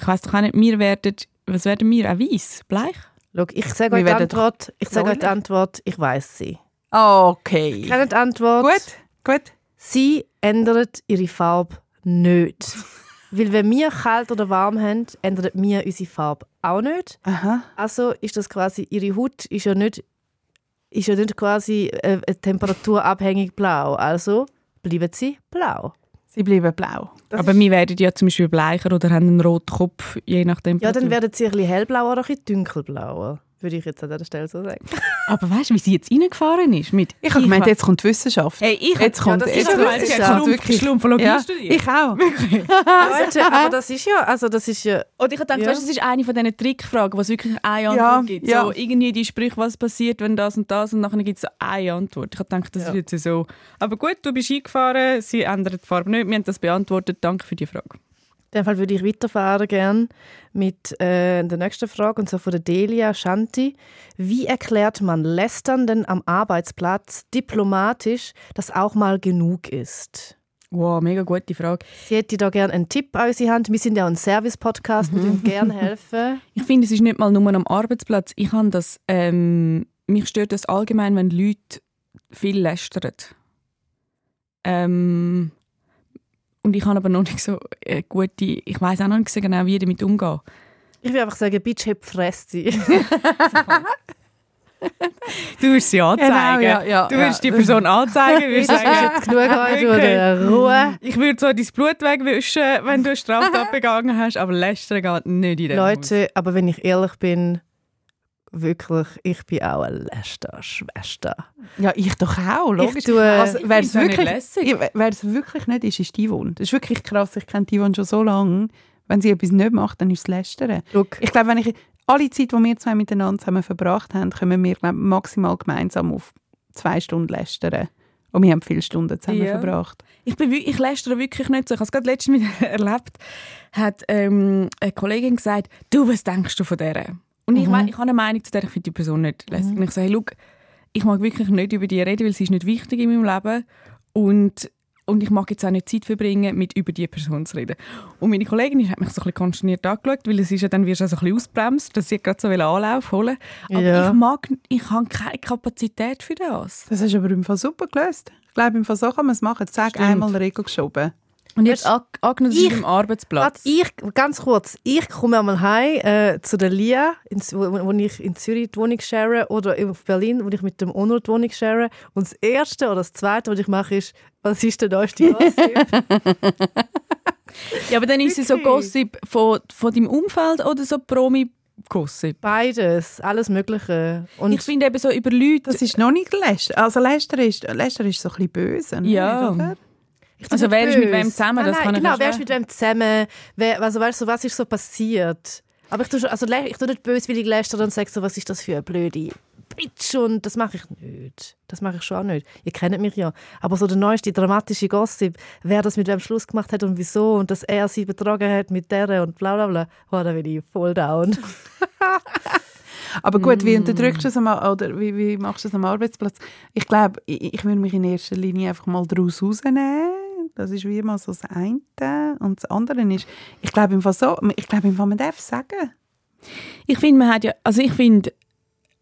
Speaker 4: ich weiß doch auch nicht, wir werden, was werden wir, auch weiß, bleich?
Speaker 2: Schau, ich sage
Speaker 3: Wir
Speaker 2: euch die
Speaker 3: werden doch
Speaker 2: Antwort. Ich sage euch die
Speaker 3: neulich.
Speaker 2: Antwort. Ich weiß sie.
Speaker 3: Okay.
Speaker 2: Keine die Antwort.
Speaker 3: Gut, gut.
Speaker 2: Sie ändert ihre Farbe nicht. Weil wenn wir kalt oder warm haben, ändert wir unsere Farbe auch nicht.
Speaker 3: Aha.
Speaker 2: Also ist das quasi, ihre Haut ist ja nicht, ist ja nicht quasi äh, äh, temperaturabhängig blau. Also bleiben sie blau.
Speaker 3: Sie bleiben blau.
Speaker 4: Aber wir werden ja zum Beispiel bleicher oder haben einen roten Kopf, je nachdem.
Speaker 2: Ja, dann werden sie ein bisschen hellblauer oder ein bisschen dunkelblauer. Würde ich jetzt an dieser Stelle so sagen.
Speaker 4: Aber weißt du, wie sie jetzt reingefahren ist? Mit
Speaker 3: Ich habe gemeint, jetzt kommt die Wissenschaft.
Speaker 4: Hey, ich
Speaker 3: jetzt kommt,
Speaker 2: das ist
Speaker 3: jetzt
Speaker 2: ja
Speaker 3: kommt, jetzt kommt
Speaker 2: Wissenschaft.
Speaker 3: wirklich.
Speaker 4: Schlumpfologie
Speaker 3: Ja,
Speaker 4: studiert.
Speaker 3: ich auch.
Speaker 2: Alter, aber das ist ja, also das ist ja,
Speaker 4: Und ich dachte,
Speaker 2: Ja.
Speaker 4: weißt, das ist eine von diesen Trickfragen, wo es wirklich eine Antwort
Speaker 3: Ja,
Speaker 4: gibt.
Speaker 3: ja.
Speaker 4: So irgendwie die Sprüche, was passiert, wenn das und das und nachher gibt es so eine Antwort. Ich dachte, das ist jetzt so. Aber gut, du bist eingefahren, sie ändern die Farbe nicht. Wir haben das beantwortet. Danke für die Frage.
Speaker 2: in dem Fall würde ich weiterfahren gerne mit äh, der nächsten Frage, und zwar von der Delia Shanti. Wie erklärt man Lästernden am Arbeitsplatz diplomatisch, dass auch mal genug ist?
Speaker 4: Wow, mega gute Frage.
Speaker 2: Sie hätte da gerne einen Tipp an unsere Hand. Wir sind ja ein Service-Podcast, wir würden gerne helfen.
Speaker 4: Ich finde, es ist nicht mal nur am Arbeitsplatz. Ich habe das, ähm, mich stört das allgemein, wenn Leute viel lästern. Ähm, und ich habe aber noch nicht so äh, gute, ich weiß auch noch nicht so genau, wie ich damit umgehe.
Speaker 2: Ich will einfach sagen, Bitch, hab Fresse.
Speaker 4: Du wirst sie anzeigen.
Speaker 3: Genau, ja, ja,
Speaker 4: du
Speaker 3: ja.
Speaker 4: wirst die Person anzeigen. Wirst
Speaker 2: Das ist
Speaker 4: sagen,
Speaker 2: jetzt genug heute, oder? Ruhe.
Speaker 4: ich würde so dein Blut wegwischen, wenn du eine Straftat begangen hast, aber lästern geht nicht in dem Haus.
Speaker 2: Leute, aber wenn ich ehrlich bin, wirklich, ich bin auch eine Lästerschwester.
Speaker 3: Ja, ich doch auch, logisch.
Speaker 2: tue-
Speaker 3: also,
Speaker 4: Ich
Speaker 3: wer
Speaker 4: find's
Speaker 3: es
Speaker 4: auch nicht
Speaker 3: wirklich,
Speaker 4: lässig.
Speaker 3: Ja, wer es wirklich nicht ist, ist Yvonne. Das ist wirklich krass. Ich kenne Yvonne schon so lange. Wenn sie etwas nicht macht, dann ist es Lästern.
Speaker 2: Look,
Speaker 3: Ich glaube, wenn ich alle Zeit, die wir zwei miteinander zusammen verbracht haben, kommen wir glaub, maximal gemeinsam auf zwei Stunden lästern. Und wir haben viele Stunden zusammen
Speaker 4: Ja.
Speaker 3: verbracht.
Speaker 4: Ich, bin, wü- ich lästere wirklich nicht so. Ich habe es gerade letztens mit erlebt, hat ähm, eine Kollegin gesagt, du, was denkst du von der? Und
Speaker 2: Mhm.
Speaker 4: ich, mein, ich habe eine Meinung zu der, ich finde die Person nicht lässig. Und ich sage, hey, schau, ich mag wirklich nicht über die reden, weil sie ist nicht wichtig in meinem Leben. Und, und ich mag jetzt auch nicht Zeit verbringen, mit über die Person zu reden. Und meine Kollegin hat mich so ein bisschen konsterniert angeschaut, weil es ist ja dann wirst du auch so ein bisschen ausbremst, dass sie gerade so einen Anlauf holen wollte. Aber
Speaker 2: Ja.
Speaker 4: ich mag, ich habe keine Kapazität für das.
Speaker 3: Das hast du aber im Fall super gelöst. Ich glaube, im Fall so kann man es machen. Zack, einmal eine Regel geschoben.
Speaker 4: Und jetzt an- angenommen, das
Speaker 2: Ich-
Speaker 4: ist im Arbeitsplatz.
Speaker 2: Warte, ich, ganz kurz, ich komme einmal heim äh, zu der Lia, in, Z- wo, wo ich in Zürich die Wohnung share oder in Berlin, wo ich mit dem Onur die Wohnung share. Und das Erste oder das Zweite, was ich mache, ist, was ist der neueste Gossip?
Speaker 4: Ja, aber dann ist es so Gossip von, von deinem Umfeld oder so Promi-Gossip.
Speaker 2: Beides, alles Mögliche. Und
Speaker 4: Ich finde eben so über Leute.
Speaker 3: Das ist noch nicht lästern. Also lästern ist, lästern ist so ein bisschen böse. ne?
Speaker 4: Ja.
Speaker 3: Oder?
Speaker 4: also wer ist mit wem zusammen?
Speaker 2: Nein,
Speaker 4: das
Speaker 2: nein,
Speaker 4: kann ich
Speaker 2: genau,
Speaker 4: nicht
Speaker 2: wer ist mit wem zusammen? Wer, also weißt du, was ist so passiert? Aber ich tue, schon- also, lä- ich tue nicht böswillig lästern und sage so, was ist das für eine blöde Bitch? Und das mache ich nicht. Das mache ich schon auch nicht. Ihr kennt mich ja. Aber so der neueste dramatische Gossip, wer das mit wem Schluss gemacht hat und wieso und dass er sie betrogen hat mit der und bla bla bla, oh, da bin ich voll down.
Speaker 3: Aber gut, wie unterdrückst du es am, Ar- oder wie, wie machst du es am Arbeitsplatz? Ich glaube, ich, ich würde mich in erster Linie einfach mal daraus rausnehmen. Das ist wie immer so das eine. Und das andere ist, ich glaube im Fall so, ich glaube im Fall, man darf es sagen.
Speaker 4: Ich finde, man hat ja. Also ich finde,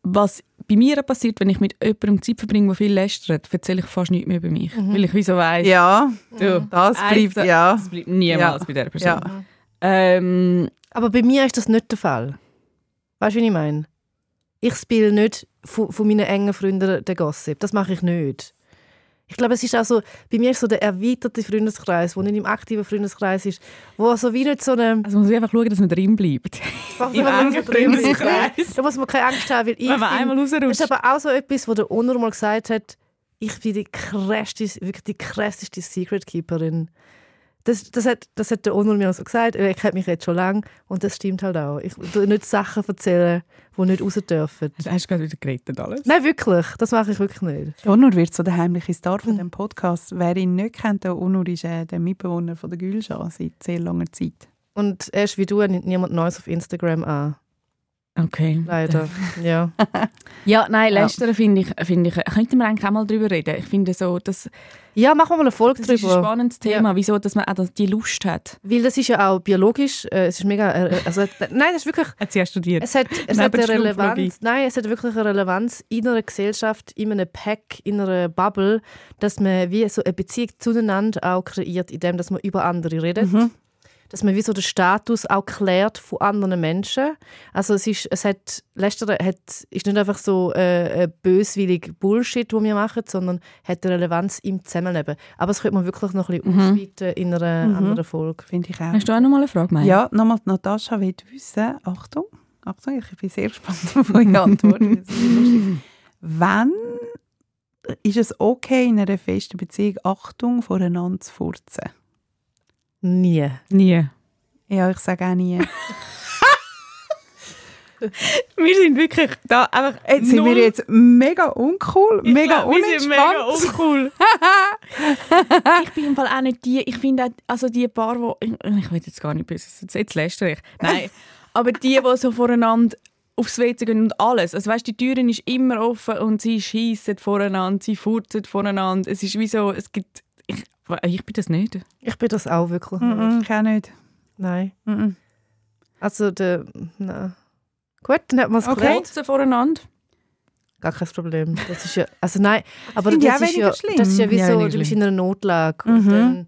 Speaker 4: was bei mir passiert, wenn ich mit jemandem Zeit verbringe, der viel lästert, erzähle ich fast nichts mehr über mich. Weil ich wieso weiss,
Speaker 3: Ja,
Speaker 4: du,
Speaker 3: das bleibt, ja.
Speaker 4: das bleibt niemals
Speaker 3: Ja.
Speaker 4: bei dieser Person.
Speaker 3: ja.
Speaker 4: Ähm,
Speaker 2: Aber bei mir ist das nicht der Fall. Weißt du, wie ich meine? Ich spiele nicht von, von meinen engen Freunden den Gossip. Das mache ich nicht. Ich glaube, es ist auch so, bei mir ist so der erweiterte Freundeskreis, der nicht im aktiven Freundeskreis ist, wo so wie nicht so eine...
Speaker 4: also man muss einfach schauen, dass man drin bleibt.
Speaker 2: Im
Speaker 4: engen Freundeskreis.
Speaker 2: Da muss man keine Angst haben, weil ich
Speaker 4: Wenn man
Speaker 2: bin-
Speaker 4: einmal
Speaker 2: das
Speaker 4: rausrutscht.
Speaker 2: ist aber auch so etwas, wo der Onur mal gesagt hat, ich bin die krasseste, wirklich die krasseste Secret Keeperin. Das, das, hat, das hat der Onur mir auch so gesagt. Er kennt mich jetzt schon lange und das stimmt halt auch. Ich tu nicht Sachen erzählen, die nicht raus dürfen.
Speaker 4: Hast du gerade wieder geredet und alles?
Speaker 2: Nein, wirklich. Das mache ich wirklich nicht.
Speaker 3: Onur wird so der heimliche Star von dem Podcast. Wer ihn nicht kennt, der Onur ist äh, der Mitbewohner von der Gülscha seit sehr langer Zeit.
Speaker 2: Und er ist wie du, er nimmt niemand Neues auf Instagram an.
Speaker 4: Okay.
Speaker 2: Leider. Ja.
Speaker 4: Ja, nein, lästern finde ich, finde ich, könnten wir eigentlich auch mal drüber reden. Ich finde so, das,
Speaker 2: Ja, machen wir mal eine Folge
Speaker 4: das ist ein
Speaker 2: drüber.
Speaker 4: spannendes Thema, wieso dass man auch das- die Lust hat.
Speaker 2: Weil das ist ja auch biologisch. äh, Es ist mega. äh, Also, nein, das ist wirklich.
Speaker 4: Hat sie auch studiert.
Speaker 2: Es hat, es
Speaker 4: Neben
Speaker 2: hat eine
Speaker 4: der Schlumpflobby.
Speaker 2: Relevanz. Nein, es hat wirklich eine Relevanz in einer Gesellschaft, in einem Pack, in einer Bubble, dass man wie so eine Beziehung zueinander auch kreiert, indem dass man über andere redet.
Speaker 4: Mhm.
Speaker 2: Dass man wie so den Status auch klärt von anderen Menschen. Also es ist, es hat, Lästern hat, ist nicht einfach so äh, äh, böswillig Bullshit, wo wir machen, sondern hat eine Relevanz im Zusammenleben. Aber das könnte man wirklich noch ein bisschen
Speaker 4: Mhm.
Speaker 2: ausweiten in einer anderen Folge.
Speaker 3: Finde ich auch.
Speaker 4: Hast du auch noch mal eine Frage, Maya?
Speaker 3: Ja, nochmal, die Natascha will wissen, Achtung, Achtung, ich bin sehr gespannt auf eure Antworten. Das ist lustig. Wann ist es okay, in einer festen Beziehung Achtung voreinander zu furzen?
Speaker 2: Nie.
Speaker 4: Nie.
Speaker 3: Ja, ich sage auch nie.
Speaker 4: Wir sind wirklich da einfach
Speaker 3: Jetzt sind wir jetzt mega uncool, mega unentspannt.
Speaker 1: uncool.
Speaker 4: ich bin im Fall auch nicht die, ich finde auch, also die paar, wo, ich, ich will jetzt gar nicht böse, jetzt, jetzt lästere ich. Nein, aber die, die so voreinander aufs WC gehen und alles. Also weißt, die Türen ist immer offen und sie schiessen voreinander, sie furzen voreinander. Es ist wie so, es gibt, ich, ich bin das nicht.
Speaker 2: Ich bin das auch wirklich.
Speaker 3: Mhm, ich auch nicht.
Speaker 2: Nein.
Speaker 3: Mhm.
Speaker 2: Also, der. Nein. Gut, dann hat man es
Speaker 3: Okay.
Speaker 2: geklärt.
Speaker 4: Furzen voreinander.
Speaker 2: Gar kein Problem. Das ist ja, also nein, aber
Speaker 3: Finde ich
Speaker 2: das
Speaker 3: auch
Speaker 2: ist, ja,
Speaker 3: weniger schlimm.
Speaker 2: das ist ja wie
Speaker 4: Ja,
Speaker 2: so,
Speaker 4: weniger
Speaker 2: du bist
Speaker 4: schlimm.
Speaker 2: in einer Notlage. Und
Speaker 3: Mhm.
Speaker 2: dann,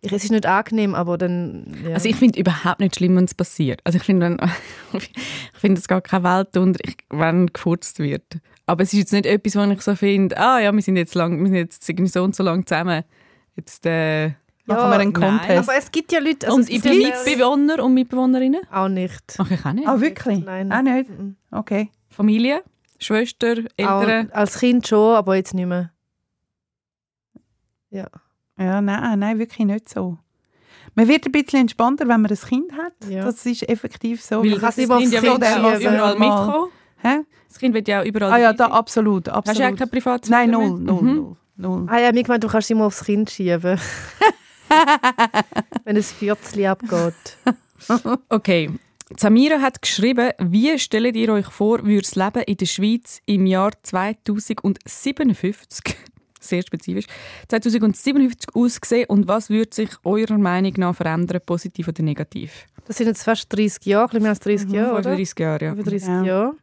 Speaker 2: ich, es ist nicht angenehm, aber dann, ja.
Speaker 4: Also ich finde überhaupt nicht schlimm, wenn es passiert. Also ich finde, wenn- ich finde es gar keine Welt unter, ich- wenn gefurzt wird. Aber es ist jetzt nicht etwas, wo ich so finde, ah ja, wir sind jetzt lang, wir sind jetzt irgendwie so und so lang zusammen. Jetzt, äh,
Speaker 3: Machen wir einen
Speaker 4: nein.
Speaker 3: Contest.
Speaker 2: aber es gibt ja Leute, also
Speaker 4: und
Speaker 2: es
Speaker 4: ich
Speaker 2: gibt
Speaker 4: bin
Speaker 2: ja Leute-
Speaker 4: Mitbewohner und Mitbewohnerinnen.
Speaker 2: auch nicht.
Speaker 4: Mache ich auch nicht.
Speaker 3: Ah, wirklich?
Speaker 2: Nein.
Speaker 3: Auch nicht?
Speaker 2: Mhm.
Speaker 3: Okay.
Speaker 4: Familie, Schwester,
Speaker 2: Auch,
Speaker 4: Eltern.
Speaker 2: als Kind schon, aber jetzt nicht mehr. Ja,
Speaker 3: Ja, nein, nein, wirklich nicht so. Man wird ein bisschen entspannter, wenn man ein Kind hat.
Speaker 2: Ja.
Speaker 3: Das ist effektiv so.
Speaker 4: Weil
Speaker 2: kannst
Speaker 4: das Kind
Speaker 2: immer
Speaker 4: ja will
Speaker 2: aufs Kind
Speaker 4: ja
Speaker 2: schieben.
Speaker 4: überall
Speaker 3: Mal.
Speaker 4: mitkommen.
Speaker 3: Hä?
Speaker 4: Das Kind will ja auch überall
Speaker 3: Ah ja,
Speaker 4: dabei
Speaker 3: da
Speaker 4: sein.
Speaker 3: absolut,
Speaker 4: Hast du ja
Speaker 3: absolut.
Speaker 4: kein Privatsphäre
Speaker 3: Nein,
Speaker 4: mehr?
Speaker 3: null, null,
Speaker 4: Mhm.
Speaker 3: null, null.
Speaker 2: ah, ja mir gemeint, du kannst immer aufs Kind schieben. Wenn es Vierzli abgeht.
Speaker 4: Okay. Samira hat geschrieben, wie stellt ihr euch vor, würde das Leben in der Schweiz im Jahr 2057, sehr spezifisch, 2057 aussehen und was würde sich eurer Meinung nach verändern, positiv oder negativ?
Speaker 2: Das sind jetzt fast 30 Jahre, ein bisschen mehr als 30 Jahre, oder? Äh,
Speaker 4: 35 Mhm. Jahre, ja.
Speaker 2: Über 30
Speaker 3: Ja.
Speaker 2: Jahre.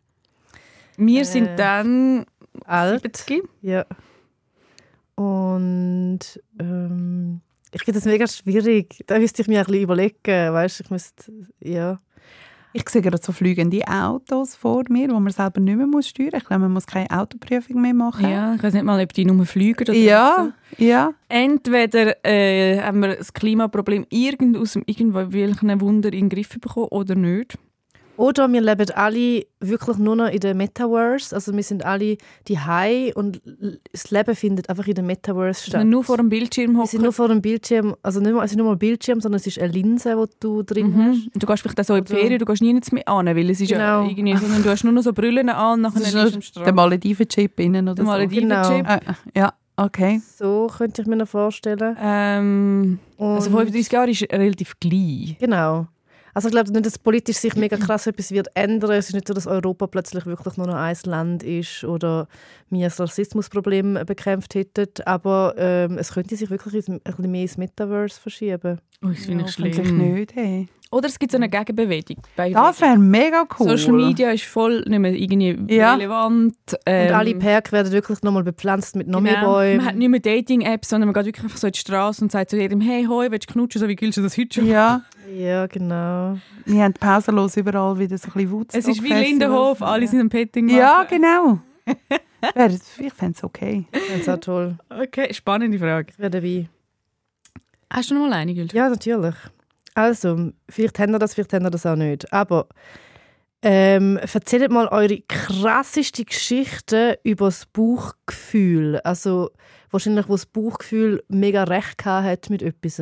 Speaker 4: Wir sind
Speaker 2: Äh.
Speaker 4: dann
Speaker 2: Alt.
Speaker 4: 70.
Speaker 2: Ja. Und ähm, ich finde das mega schwierig. Da müsste ich mir ein bisschen überlegen, weißt ich müsste, ja.
Speaker 3: Ich sehe gerade so fliegende Autos vor mir, wo man selber nicht mehr muss steuern muss. Ich glaube, man muss keine Autoprüfung mehr machen.
Speaker 4: Ja, ich weiß nicht mal, ob die nur fliegen oder
Speaker 3: ja. ja.
Speaker 4: Entweder äh, haben wir das Klimaproblem irgend aus dem- irgendwelchen Wunder in den Griff bekommen oder nicht.
Speaker 2: Oder wir leben alle wirklich nur noch in der Metaverse. Also wir sind alle die High und l- das Leben findet einfach in der Metaverse
Speaker 4: Dass wir
Speaker 2: statt.
Speaker 4: nur vor dem Bildschirm
Speaker 2: wir sind
Speaker 4: hocken.
Speaker 2: nur vor einem Bildschirm, also nicht mal, es ist nicht mal ein Bildschirm, sondern es ist eine Linse, die du drin hast.
Speaker 4: Mhm. Und Du gehst vielleicht auch so in die
Speaker 2: Oder-
Speaker 4: Ferien, du gehst nirgends mehr an, Ah, weil es ist ja
Speaker 2: Genau.
Speaker 4: irgendwie, sondern du hast nur noch so Brillen an, nachher
Speaker 3: Das
Speaker 4: liegst
Speaker 3: ist
Speaker 4: du am
Speaker 3: nur der
Speaker 4: Strand.
Speaker 3: Malediven-Chip innen oder
Speaker 4: Der Malediven-Chip.
Speaker 2: Genau.
Speaker 3: so. Äh, ja, okay.
Speaker 2: So könnte ich mir noch vorstellen.
Speaker 4: Ähm,
Speaker 2: Und
Speaker 4: also 35 Jahre ist relativ gleich.
Speaker 2: Genau. Also ich glaube nicht, dass politisch sich mega krass etwas wird ändern. Es ist nicht so, dass Europa plötzlich wirklich nur noch ein Land ist oder wir das Rassismusproblem bekämpft hätten. Aber ähm, es könnte sich wirklich ins- ein bisschen mehr ins Metaverse verschieben.
Speaker 4: Oh, das finde ich
Speaker 3: Hoffentlich nicht, hey.
Speaker 4: Oder es gibt so eine Gegenbewegung. Bei-
Speaker 3: Das wäre mega cool.
Speaker 4: Social Media ist voll nicht mehr irgendwie
Speaker 3: Ja.
Speaker 4: relevant. Ähm,
Speaker 2: Und alle Perk werden wirklich nochmal bepflanzt mit noch mehr
Speaker 4: genau. Man hat
Speaker 2: Bäumen.
Speaker 4: nicht mehr Dating-Apps, sondern man geht wirklich einfach so in die Straße und sagt zu jedem, hey, hoi, willst du knutschen, so wie giltst du das heute schon?
Speaker 3: Ja,
Speaker 2: Ja, genau.
Speaker 3: wir haben pausenlos überall wieder so ein bisschen Woodstock
Speaker 4: Es ist wie Lindenhof, alle sind am Petting machen.
Speaker 3: Ja, genau. Wär- ich fände es okay.
Speaker 2: Ich finde es auch toll.
Speaker 4: Okay, spannende Frage.
Speaker 2: Ich wäre dabei.
Speaker 4: Hast du noch mal eine, Gülce?
Speaker 2: Ja, natürlich. Also, vielleicht habt ihr das, vielleicht habt ihr das auch nicht. Aber ähm, erzählt mal eure krasseste Geschichte über das Bauchgefühl. Also wahrscheinlich, wo das Bauchgefühl mega recht gehabt hat mit etwas.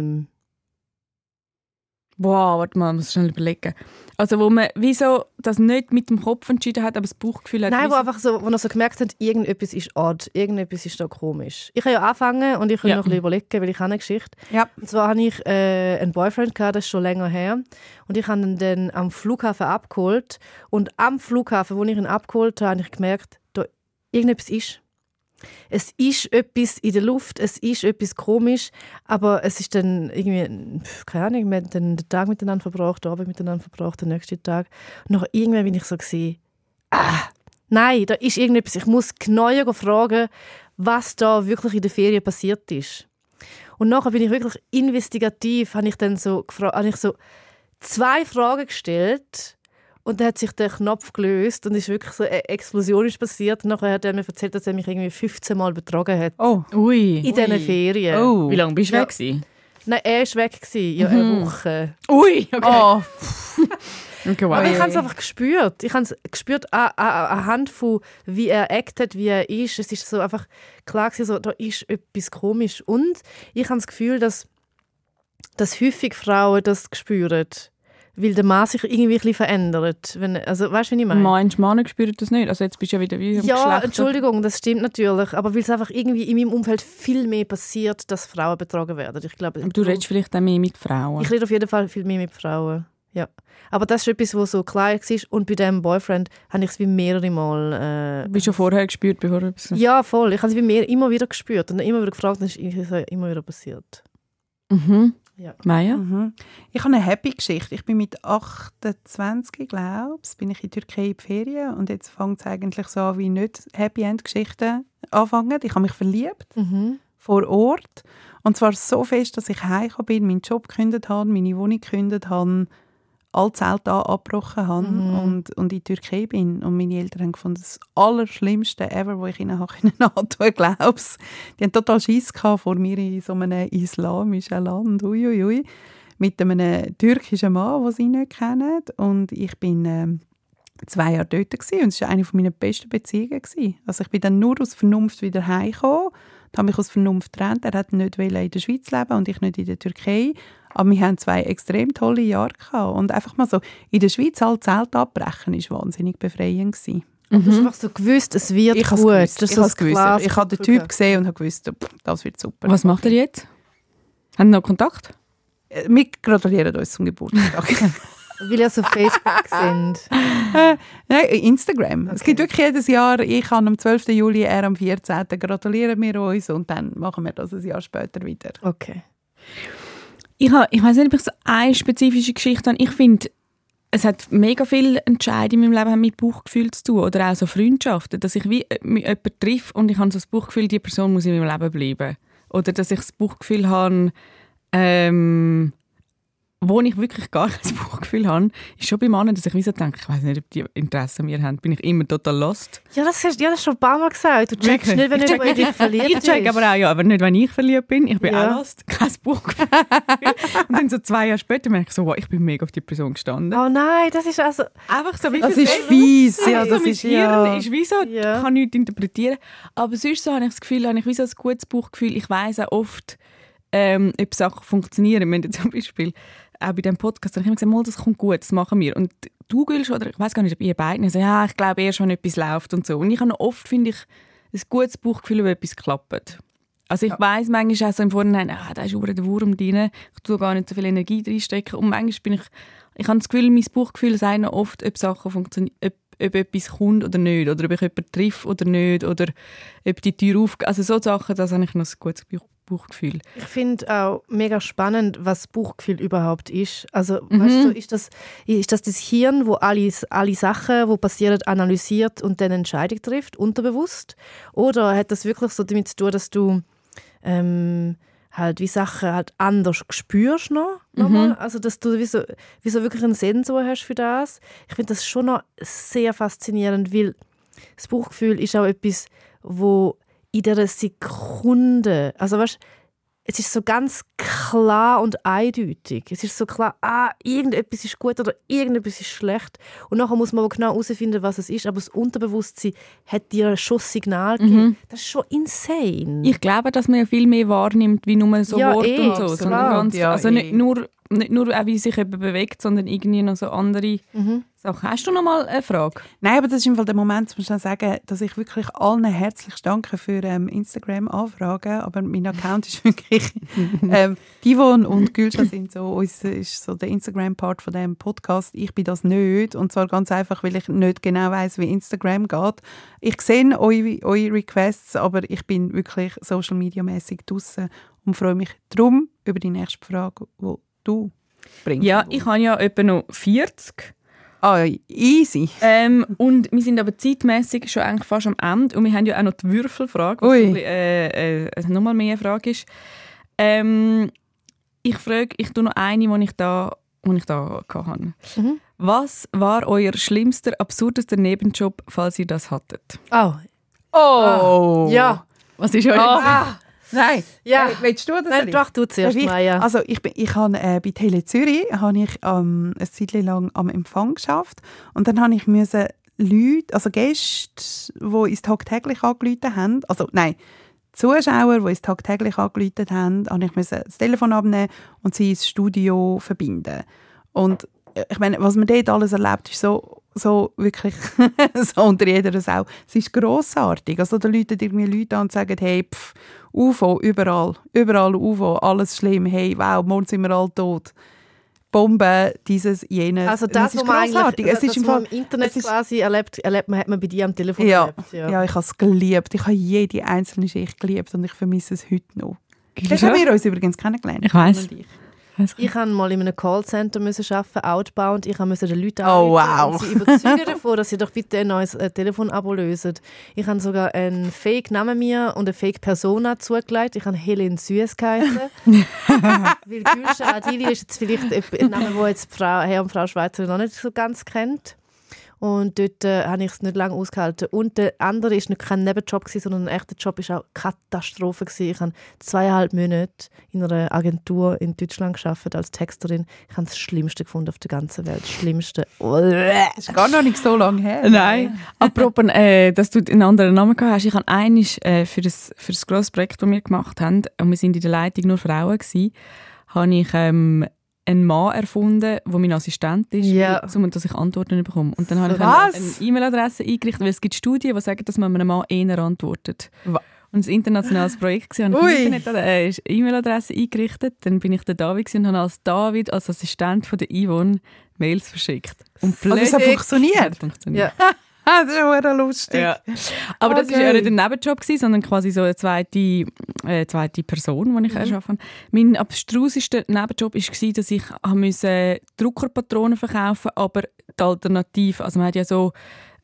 Speaker 4: Wow, warte mal, ich muss schnell überlegen. Also wo man wieso das nicht mit dem Kopf entschieden hat, aber das Bauchgefühl hat.
Speaker 2: Nein, wo
Speaker 4: wieso-
Speaker 2: einfach so, wo ihr so gemerkt habt, irgendetwas ist odd, irgendetwas ist da komisch. Ich habe ja angefangen und ich kann
Speaker 4: Ja.
Speaker 2: noch ein bisschen überlegen, weil ich habe eine Geschichte.
Speaker 3: Ja.
Speaker 2: Und zwar hatte ich äh, einen Boyfriend, gehabt, das ist schon länger her. Und ich habe ihn dann am Flughafen abgeholt. Und am Flughafen, wo ich ihn abgeholt habe, habe ich gemerkt, da irgendetwas ist. Es ist etwas in der Luft, es ist etwas komisch, aber es ist dann irgendwie, pf, keine Ahnung, wir haben dann den Tag miteinander verbracht, den Abend miteinander verbracht, den nächsten Tag. Und nachher irgendwann bin ich so gesehen, ah, nein, da ist irgendetwas, ich muss genau gehen fragen, was da wirklich in der Ferien passiert ist. Und nachher bin ich wirklich investigativ, habe ich dann so, gefra- habe ich so zwei Fragen gestellt und dann hat sich der Knopf gelöst und ist wirklich so eine Explosion ist passiert. Und nachher hat er mir erzählt, dass er mich irgendwie 15 Mal betrogen hat.
Speaker 3: Oh,
Speaker 4: Ui.
Speaker 2: In diesen Ferien.
Speaker 3: oh.
Speaker 1: Wie lange bist du
Speaker 2: Ja.
Speaker 1: weg? gewesen?
Speaker 2: Nein, er war weg, gewesen, ja, eine Woche.
Speaker 4: Ui. Okay.
Speaker 3: Oh,
Speaker 4: Okay, wow.
Speaker 2: Aber ich habe es einfach gespürt. Ich habe es gespürt an- an- anhand von, wie er actet, wie er ist. Es ist so einfach klar gewesen, so, da ist etwas komisch. Und ich habe das Gefühl, dass, dass häufig Frauen das spüren. Weil der Mann sich irgendwie ein bisschen verändert. Wenn, also, weißt du, wie ich meine?
Speaker 4: Meinst du, Männer spüren das nicht? Also jetzt bist du ja wieder wie im
Speaker 2: Ja,
Speaker 4: Geschlechter.
Speaker 2: Entschuldigung, das stimmt natürlich. Aber weil es einfach irgendwie in meinem Umfeld viel mehr passiert, dass Frauen betrogen werden. Ich glaube,
Speaker 4: Aber du redest vielleicht auch mehr mit Frauen.
Speaker 2: Ich rede auf jeden Fall viel mehr mit Frauen. Ja. Aber das ist etwas, was so klar war. Und bei diesem Boyfriend habe ich es wie mehrere Mal.
Speaker 4: Du
Speaker 2: Äh,
Speaker 4: bist schon vorher gespürt, bevor du etwas...
Speaker 2: ja, voll. Ich habe es wie mehr, immer wieder gespürt und dann immer wieder gefragt. Dann ist es ja immer wieder passiert.
Speaker 4: Mhm.
Speaker 2: Ja.
Speaker 4: Maya?
Speaker 3: Mhm. Ich habe eine happy Geschichte. Ich bin mit 28, glaube ich, bin ich in die Türkei in die Ferien und jetzt fängt es eigentlich so an, wie nicht Happy End Geschichten anfangen. Ich habe mich verliebt
Speaker 2: Mhm.
Speaker 3: vor Ort und zwar so fest, dass ich heimgekommen bin, meinen Job gekündigt habe, meine Wohnung gekündigt habe, all Zelte abgebrochen habe
Speaker 2: Mhm.
Speaker 3: und, und in die Türkei bin. Und meine Eltern haben gefunden, das Allerschlimmste ever, was ich ihnen habe können antun glaubst Die haben total Schiss gehabt vor mir in so einem islamischen Land. Uiuiui. Ui, ui. Mit einem türkischen Mann, den sie nicht kennen. Und ich bin... ähm, zwei Jahre dort gewesen, und es war eine meiner besten Beziehungen. Gewesen. Also ich bin dann nur aus Vernunft wieder heimgekommen, habe mich aus Vernunft getrennt. Er hat nicht wollen in der Schweiz leben und ich nicht in der Türkei. Aber wir haben zwei extrem tolle Jahre gehabt. Und einfach mal so, in der Schweiz halt Zelt abbrechen, ist wahnsinnig befreiend gewesen.
Speaker 2: Und du hast einfach so gewusst, es wird
Speaker 3: Ich habe
Speaker 2: gut.
Speaker 3: es gewusst.
Speaker 2: Das ist
Speaker 3: Ich
Speaker 2: so
Speaker 3: habe es
Speaker 2: ein
Speaker 3: gewusst.
Speaker 2: klares
Speaker 3: Ich habe den
Speaker 2: Gefühl.
Speaker 3: Typ gesehen und habe gewusst, pff, das wird super.
Speaker 4: Was macht ihr jetzt? Haben ihr noch Kontakt?
Speaker 3: Äh, Wir gratulieren uns zum Geburtstag.
Speaker 2: Weil ihr so Facebook sind.
Speaker 3: Nein, Instagram. Es gibt wirklich jedes Jahr, ich kann am 12. Juli, er am 14. gratulieren wir uns und dann machen wir das ein Jahr später wieder.
Speaker 2: Okay.
Speaker 4: Ich, ha- ich weiß nicht, ob ich so eine spezifische Geschichte habe. Ich finde, es hat mega viel Entscheidungen in meinem Leben haben mit Bauchgefühl zu tun oder auch so Freundschaften, dass ich wie äh, mich jemanden treffe und ich habe so das Bauchgefühl, die Person muss in meinem Leben bleiben. Oder dass ich das Bauchgefühl habe, ähm, wo ich wirklich gar kein Bauchgefühl habe, ist schon bei Männern, dass ich wie so denke, ich weiß nicht, ob die Interesse an mir haben, bin ich immer total lost.
Speaker 2: Ja, das hast ja, das hast du schon ein paar Mal gesagt. Du checkst
Speaker 4: Wirklich?
Speaker 2: nicht, wenn
Speaker 4: Ich
Speaker 2: jemand in dich verliebt
Speaker 4: Ich check
Speaker 2: ist.
Speaker 4: aber auch, ja, aber nicht, wenn ich verliebt bin. Ich bin
Speaker 2: Ja.
Speaker 4: auch lost, kein Bauchgefühl. und dann so zwei Jahre später merke ich so, wow, ich bin mega auf die Person gestanden.
Speaker 2: Oh nein, das ist also...
Speaker 4: Einfach so wie
Speaker 3: Das
Speaker 4: für
Speaker 3: ist
Speaker 4: sich.
Speaker 3: fies, ja,
Speaker 4: Also
Speaker 3: das
Speaker 4: mein
Speaker 3: ist
Speaker 4: Hirn
Speaker 3: ja.
Speaker 4: ist wie so,
Speaker 2: Ja.
Speaker 4: kann nichts interpretieren. Aber sonst so habe ich das Gefühl, habe ich wie so ein gutes Bauchgefühl. Ich weiss auch oft, ähm, ob Sachen funktionieren. Wir haben zum Beispiel auch bei diesem Podcast, da habe ich immer gesagt, «Mal, das kommt gut, das machen wir. Und du, Gülsch, oder ich weiß gar nicht, ob ihr beiden, so, ja, ich glaube erst, wenn etwas läuft und so. Und ich habe noch oft, finde ich, ein gutes Bauchgefühl, wenn etwas klappt. Also ich weiss manchmal auch so im Vorhinein, ah, da ist über der Wurm drin, ich tue gar nicht so viel Energie reinstecken. Und manchmal bin ich, ich habe das Gefühl, mein Bauchgefühl sagt noch oft, ob Sachen funktionieren, ob, ob etwas kommt oder nicht, oder ob ich jemanden treffe oder nicht, oder ob die Tür aufgeht. Also so Sachen, das habe ich noch ein gutes Bauch- Bauchgefühl.
Speaker 2: Ich finde auch mega spannend, was Buchgefühl überhaupt ist. Also, weißt du, ist das, ist das das Hirn, wo alle, alle Sachen, die passieren, analysiert und dann Entscheidung trifft, unterbewusst? Oder hat das wirklich so damit zu tun, dass du ähm, halt wie Sachen halt anders spürst noch? nochmal? Also, dass du wie so, wie so wirklich einen Sensor hast für das? Ich finde das schon noch sehr faszinierend, weil das Bauchgefühl ist auch etwas, wo in dieser Sekunde, also weißt, es ist so ganz klar und eindeutig. Es ist so klar, ah, irgendetwas ist gut oder irgendetwas ist schlecht. Und nachher muss man aber genau herausfinden, was es ist. Aber das Unterbewusstsein hat dir schon ein Signal gegeben. Das ist schon insane.
Speaker 4: Ich glaube, dass man Mhm. ja viel mehr wahrnimmt, wie nur so
Speaker 2: Ja,
Speaker 4: Worte
Speaker 2: eh,
Speaker 4: und so.
Speaker 2: absolut.
Speaker 4: sondern ganz,
Speaker 3: Ja,
Speaker 4: also
Speaker 3: eh.
Speaker 4: nicht nur, nicht nur auch, wie sich jemand bewegt, sondern irgendwie noch so andere
Speaker 2: Mhm.
Speaker 4: Sachen. Hast du noch mal eine Frage?
Speaker 3: Nein, aber das ist im Fall der Moment, muss ich dann sagen, dass ich wirklich allen herzlich danke für ähm, Instagram-Anfragen, aber mein Account ist wirklich... ähm, Divon und Gülscha sind so, uns ist so der Instagram-Part von dem Podcast. Ich bin das nicht und zwar ganz einfach, weil ich nicht genau weiß, wie Instagram geht. Ich sehe eure, eure Requests, aber ich bin wirklich social media mäßig draußen und freue mich drum über die nächste Frage, die du bringst.
Speaker 4: Ja, ich habe ja etwa noch 40.
Speaker 3: Ah, easy.
Speaker 4: Ähm, und wir sind aber zeitmäßig schon eigentlich fast am Ende und wir haben ja auch noch die Würfelfrage, was
Speaker 3: Ui.
Speaker 4: so ein bisschen, äh, äh, also nochmal mehr eine Frage ist. Ähm, ich frage, ich tue noch eine, die ich da, die ich da hatte.
Speaker 2: Mhm.
Speaker 4: Was war euer schlimmster, absurdester
Speaker 3: Ah,
Speaker 4: Nebenjob, falls ihr das hattet?
Speaker 2: Oh,
Speaker 3: Oh!
Speaker 2: ja.
Speaker 4: Was ist euer?
Speaker 2: Ah.
Speaker 3: Nein.
Speaker 2: Ja.
Speaker 3: Hey, willst du das?
Speaker 2: Nein,
Speaker 3: Alice?
Speaker 2: mach du zuerst,
Speaker 3: Darf ich?
Speaker 2: Maya.
Speaker 3: Also ich, bin, ich habe äh, bei Tele Zürich habe ich ähm, eine Zeit lang am Empfang geschafft und dann habe ich müssen Leute, also Gäste, die uns tagtäglich angerufen haben, also nein, Zuschauer, die uns tagtäglich angerufen haben, habe ich müssen das Telefon abnehmen und sie ins Studio verbinden. Und äh, ich meine, was man dort alles erlebt, ist so, so wirklich so unter jeder Sau. Es ist grossartig. Also da läuten irgendwie Leute an und sagen, hey, pff, UFO, überall, überall UFO, alles schlimm, hey, wow, morgen sind wir alle tot. Bomben, dieses, jenes.
Speaker 2: Also das,
Speaker 3: es ist
Speaker 2: was man
Speaker 3: grossartig.
Speaker 2: eigentlich,
Speaker 3: Es ist
Speaker 2: das,
Speaker 3: im
Speaker 2: was
Speaker 3: Fall,
Speaker 2: man im Internet
Speaker 3: es ist-
Speaker 2: quasi erlebt, erlebt man, hat man bei dir am Telefon
Speaker 3: ja,
Speaker 2: erlebt.
Speaker 3: ja. ich habe es geliebt. Ich habe jede einzelne Schicht geliebt und ich vermisse es heute noch. Das haben
Speaker 4: Ich
Speaker 3: wir uns übrigens kennengelernt.
Speaker 4: Ich weiss.
Speaker 3: Und
Speaker 4: weiss
Speaker 3: ich.
Speaker 4: nicht.
Speaker 2: Ich musste mal in einem Callcenter müssen arbeiten, outbound. Ich musste den Leuten
Speaker 3: Oh,
Speaker 2: anrufen
Speaker 3: wow.
Speaker 2: und sie überzeugen davon, dass sie doch bitte ein neues äh, Telefonabo lösen. Ich habe sogar einen Fake-Namen mir und eine Fake-Persona zugelegt. Ich habe Helen Süß geheißen. weil Gülscha Adili ist jetzt vielleicht ein- ein Name, den jetzt die Frau, Herr und Frau Schweizer noch nicht so ganz kennt. Und dort äh, habe ich es nicht lange ausgehalten. Und der andere war nicht kein Nebenjob, gewesen, sondern ein echter Job war auch Katastrophe. Gewesen. Ich habe zweieinhalb Monate in einer Agentur in Deutschland gearbeitet als Texterin. Ich habe das Schlimmste gefunden auf der ganzen Welt. Das Schlimmste.
Speaker 3: Das ist gar noch nicht so lange her.
Speaker 4: Nein. Apropos, äh, dass du einen anderen Namen gehabt hast. Ich habe einisch äh, für das für das grosse Projekt, das wir gemacht haben, und wir sind in der Leitung nur Frauen gsi, habe ich ähm, einen Mann erfunden, der mein Assistent ist,
Speaker 2: Ja.
Speaker 4: weil- um dass ich Antworten bekomme. Und dann habe ich
Speaker 3: Was?
Speaker 4: eine, eine E-Mail-Adresse eingerichtet, weil es gibt Studien, die sagen, dass man einem Mann eher antwortet.
Speaker 3: Wa-
Speaker 4: Und es war ein internationales Projekt, war, habe
Speaker 3: Ui.
Speaker 4: ich eine Internet- äh, ist eine E-Mail-Adresse eingerichtet, dann bin ich der David gewesen und habe als David, als Assistent von der Yvonne, Mails verschickt. Und
Speaker 3: Und Also es hat
Speaker 4: plötzlich-
Speaker 3: funktioniert.
Speaker 4: Hat funktioniert.
Speaker 2: Ja.
Speaker 3: Ah, das ist auch lustig.
Speaker 4: Ja. Aber das war
Speaker 3: Okay.
Speaker 4: ja nicht ein Nebenjob, gewesen, sondern quasi so eine zweite, äh, zweite Person,
Speaker 3: Mhm.
Speaker 4: die ich erschaffen habe. Mein abstrusester Nebenjob war, dass ich habe müssen Druckerpatronen verkaufen aber die Alternative, also man hat ja so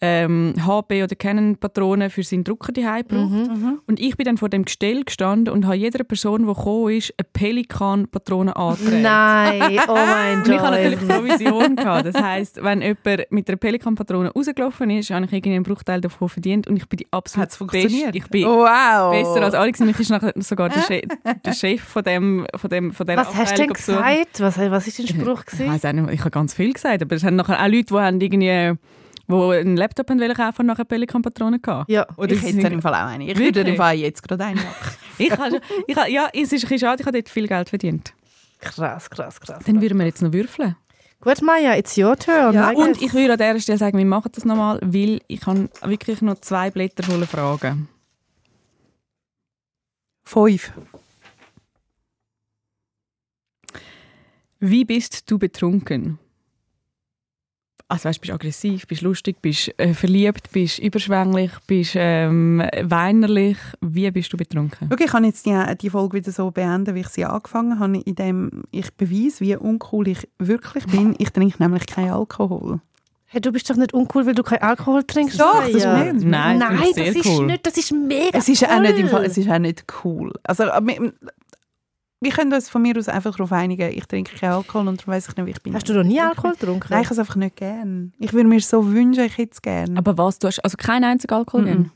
Speaker 4: ähm, HB oder Canon Patronen für seinen Drucker die gebraucht.
Speaker 3: Mhm,
Speaker 4: Und ich bin dann vor dem Gestell gestanden und habe jeder Person, die gekommen ist, eine Pelikan-Patrone angetragen.
Speaker 2: Nein, oh mein
Speaker 4: Und ich hatte natürlich
Speaker 2: Gott.
Speaker 4: Provision. Gehabt. Das heisst, wenn jemand mit einer Pelikanpatrone rausgelaufen ist, habe ich irgendwie einen Bruchteil davon verdient und ich bin die absolut
Speaker 3: Hat es funktioniert?
Speaker 4: Beste. Ich
Speaker 2: Oh.
Speaker 4: bin
Speaker 3: wow.
Speaker 4: besser als alle. gewesen. Mich ist nachher sogar der, Che der Chef von, dem, von, dem, von dieser
Speaker 2: Was hast du denn
Speaker 4: Abteilung besucht.
Speaker 2: gesagt? Was, Äh, was ist dein Spruch?
Speaker 4: Ich
Speaker 2: Gewesen?
Speaker 4: weiss auch nicht, ich habe ganz viel gesagt, aber es haben nachher auch Leute, die haben irgendwie wo einen Laptop haben wollen kaufen und nachher Pelikanpatronen hatten.
Speaker 2: Ja.
Speaker 4: Oder
Speaker 3: Ich
Speaker 4: sie
Speaker 3: hätte
Speaker 4: sind-
Speaker 3: es im Fall auch eine. Ich würde
Speaker 4: Wirklich?
Speaker 3: im Fall jetzt gerade eine machen.
Speaker 4: ich habe, ich habe, ja, es ist ein bisschen schade, ich habe dort viel Geld verdient.
Speaker 2: Krass, krass, krass.
Speaker 4: Dann würden wir jetzt noch würfeln.
Speaker 2: Gut, Maya, it's your turn.
Speaker 3: Ja,
Speaker 2: I
Speaker 4: Und
Speaker 2: guess.
Speaker 4: ich würde an dieser Stelle sagen, wir machen das nochmal, weil ich habe wirklich noch zwei Blätter voller Fragen.
Speaker 3: Fünf.
Speaker 4: Wie bist du betrunken? Also weißt, bist du aggressiv, bist lustig, bist äh, verliebt, bist überschwänglich, bist ähm, weinerlich. Wie bist du betrunken?
Speaker 3: Schau, ich kann jetzt die, die Folge wieder so beenden, wie ich sie angefangen habe, indem ich beweise, wie uncool ich wirklich bin. Ich trinke nämlich keinen Alkohol.
Speaker 2: Hey, du bist doch nicht uncool, weil du keinen Alkohol trinkst.
Speaker 3: Doch, das ist
Speaker 2: Maya.
Speaker 3: mir-
Speaker 4: Nein,
Speaker 2: Nein,
Speaker 4: finde ich
Speaker 2: das
Speaker 4: sehr
Speaker 2: ist
Speaker 4: cool.
Speaker 2: nicht, das ist mega
Speaker 3: Es ist, auch nicht im
Speaker 2: cool.
Speaker 3: Fall, es ist auch nicht cool. Also, aber wir, wir können uns von mir aus einfach darauf einigen, ich trinke keinen Alkohol und darum weiss ich nicht, wie ich bin.
Speaker 2: Hast du noch nie Alkohol getrunken?
Speaker 3: Nein, ich habe es einfach nicht gern. Ich würde mir so wünschen, ich hätte es gern.
Speaker 4: Aber was du hast, also kein einziger Alkohol drin?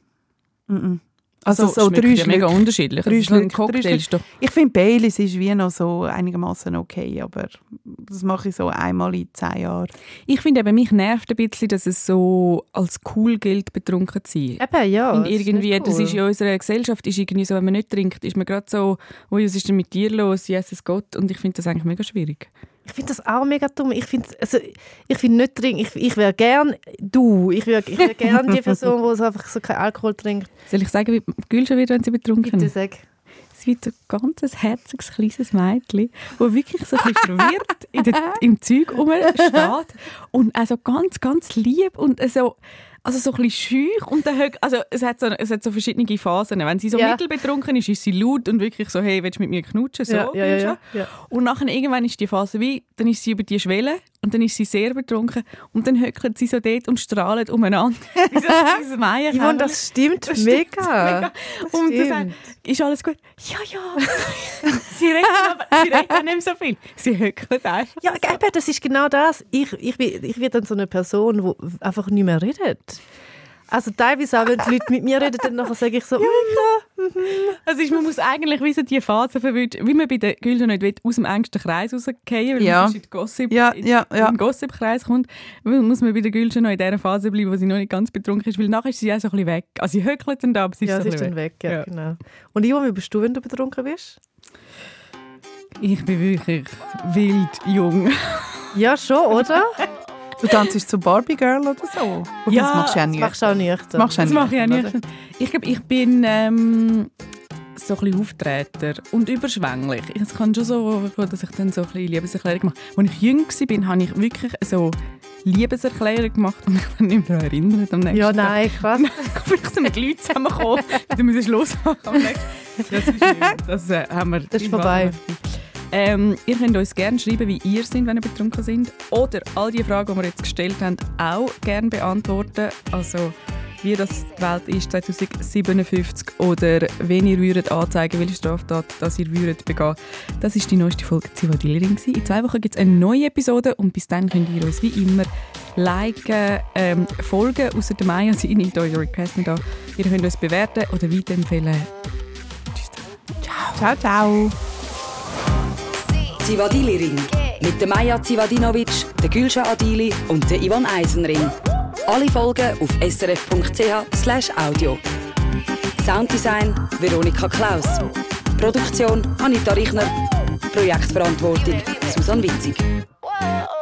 Speaker 3: Mhm. Also,
Speaker 4: Das
Speaker 3: so
Speaker 4: schmeckt
Speaker 3: drei
Speaker 4: ja mega
Speaker 3: Schluck.
Speaker 4: unterschiedlich.
Speaker 3: Drei
Speaker 4: Drei so ein
Speaker 3: Schluck, drei
Speaker 4: Cocktail
Speaker 3: Schluck.
Speaker 4: ist doch
Speaker 3: Ich finde, Baileys ist wie noch so einigermaßen okay, aber das mache ich so einmal in zehn Jahren.
Speaker 4: Ich finde eben, mich nervt ein bisschen, dass es so als cool gilt, betrunken zu sein.
Speaker 2: Eben, ja.
Speaker 4: Und
Speaker 2: das ist
Speaker 4: irgendwie,
Speaker 2: nicht
Speaker 4: das
Speaker 2: cool.
Speaker 4: ist in unserer Gesellschaft ist irgendwie so, wenn man nicht trinkt, ist man gerade so, «Ui, was ist denn mit dir los? Jesus Gott. Und ich finde das eigentlich mega schwierig.
Speaker 2: Ich finde das auch mega dumm. Ich finde also, ich find nicht trinken. Ich, ich wäre gern du. Ich wäre ich wär gern die Person, die so einfach so keinen Alkohol trinkt.
Speaker 4: Soll ich sagen, wie Gülscha wird, wenn sie betrunken
Speaker 2: Bitte
Speaker 4: ist?
Speaker 2: sag.
Speaker 4: Sie wird so ein ganzes, herziges, kleines Mädchen, wo wirklich so ein bisschen verwirrt in der, im Zeug rumsteht und also ganz, ganz lieb und so... Also so ein bisschen schüch und dann, hö- also es hat, so, es hat so verschiedene Phasen. Wenn sie so
Speaker 2: Ja.
Speaker 4: mittelbetrunken ist, ist sie laut und wirklich so, hey, willst du mit mir knutschen? So,
Speaker 2: ja, ja, ja,
Speaker 4: Gülscha.
Speaker 2: ja. ja.
Speaker 4: Und nachher irgendwann ist die Phase wie, dann ist sie über die Schwelle und dann ist sie sehr betrunken und dann höckert sie so dort und strahlt umeinander. Wie so ein kleines Meierkämmerli.
Speaker 2: Yvonne, das stimmt
Speaker 4: Das stimmt
Speaker 2: mega. Das
Speaker 4: und dann
Speaker 2: stimmt.
Speaker 4: sagt, ist alles gut? Ja, ja. sie redet aber sie redet auch nicht mehr so viel. Sie höckert einfach.
Speaker 2: Ja, eben, das ist genau das. Ich, ich, bin, ich bin dann so eine Person, die einfach nicht mehr redet. Also teilweise auch, wenn die Leute mit mir reden, dann nachher sage ich so,
Speaker 4: Also ist, man muss eigentlich wie so die Phase verwünschen, wie man bei den Gülden nicht will, aus dem engsten Kreis rausgehen weil man
Speaker 3: Ja.
Speaker 4: sonst in den Gossip,
Speaker 3: Ja,
Speaker 4: in-
Speaker 3: ja, ja.
Speaker 4: in den Gossip-Kreis kommt, weil muss man bei den Gülden noch in dieser Phase bleiben, wo sie noch nicht ganz betrunken ist, weil nachher ist sie auch so ein bisschen weg. Also sie höckelt dann da, aber sie ist
Speaker 2: ja,
Speaker 4: so
Speaker 2: sie
Speaker 4: ein
Speaker 2: ist
Speaker 4: bisschen
Speaker 2: dann
Speaker 4: weg.
Speaker 2: weg. Ja,
Speaker 4: Ja.
Speaker 2: Genau. Und Ivo, wie bist du, wenn du betrunken bist?
Speaker 4: Ich bin wirklich wild jung.
Speaker 2: Ja, schon, oder?
Speaker 3: Du tanzt zu Barbie Girl oder so. Und
Speaker 4: Ja,
Speaker 3: das machst du ja
Speaker 2: Das
Speaker 3: nicht.
Speaker 2: machst du auch nicht.
Speaker 3: Das machst du
Speaker 4: Das mache ich auch
Speaker 3: nüchtern,
Speaker 4: nicht. Ich glaube, ich bin ähm, so ein bisschen Auftreter und überschwänglich. Es kann schon so kommen, dass ich dann so ein bisschen Liebeserklärung mache. Als ich jung war, habe ich wirklich so Liebeserklärung gemacht und mich dann nicht mehr daran erinnert am nächsten
Speaker 2: Ja,
Speaker 4: Tag.
Speaker 2: nein, krass.
Speaker 4: Vielleicht sind wir die Leute zusammengekommen, dann müssen wir Schluss machen. am nächsten- Das ist schön. Das äh, haben wir.
Speaker 2: Das ist vorbei.
Speaker 4: Ähm, ihr könnt uns gerne schreiben, wie ihr sind, wenn ihr betrunken sind. Oder all die Fragen, die wir jetzt gestellt haben, auch gerne beantworten. Also, wie das die Welt ist 2057 oder wen ihr würdet anzeigen, welche Straftat das ihr würdet begehen. Das ist die neueste Folge Zivildealing. In zwei Wochen gibt es eine neue Episode und bis dann könnt ihr uns wie immer liken, ähm, folgen. Außer der Maya, sie nimmt eure Requests nicht an. Ihr könnt uns bewerten oder weiterempfehlen. Tschüss.
Speaker 3: Ciao, ciao.
Speaker 5: Zivadili Ring. Mit der Maja Zivadinovic, der Gülscha Adili und der Ivan Eisenring. Alle Folgen auf srf.ch/audio. Sounddesign Veronika Klaus. Produktion Anita Richner. Projektverantwortung Susanne Witzig.
Speaker 6: Whoa.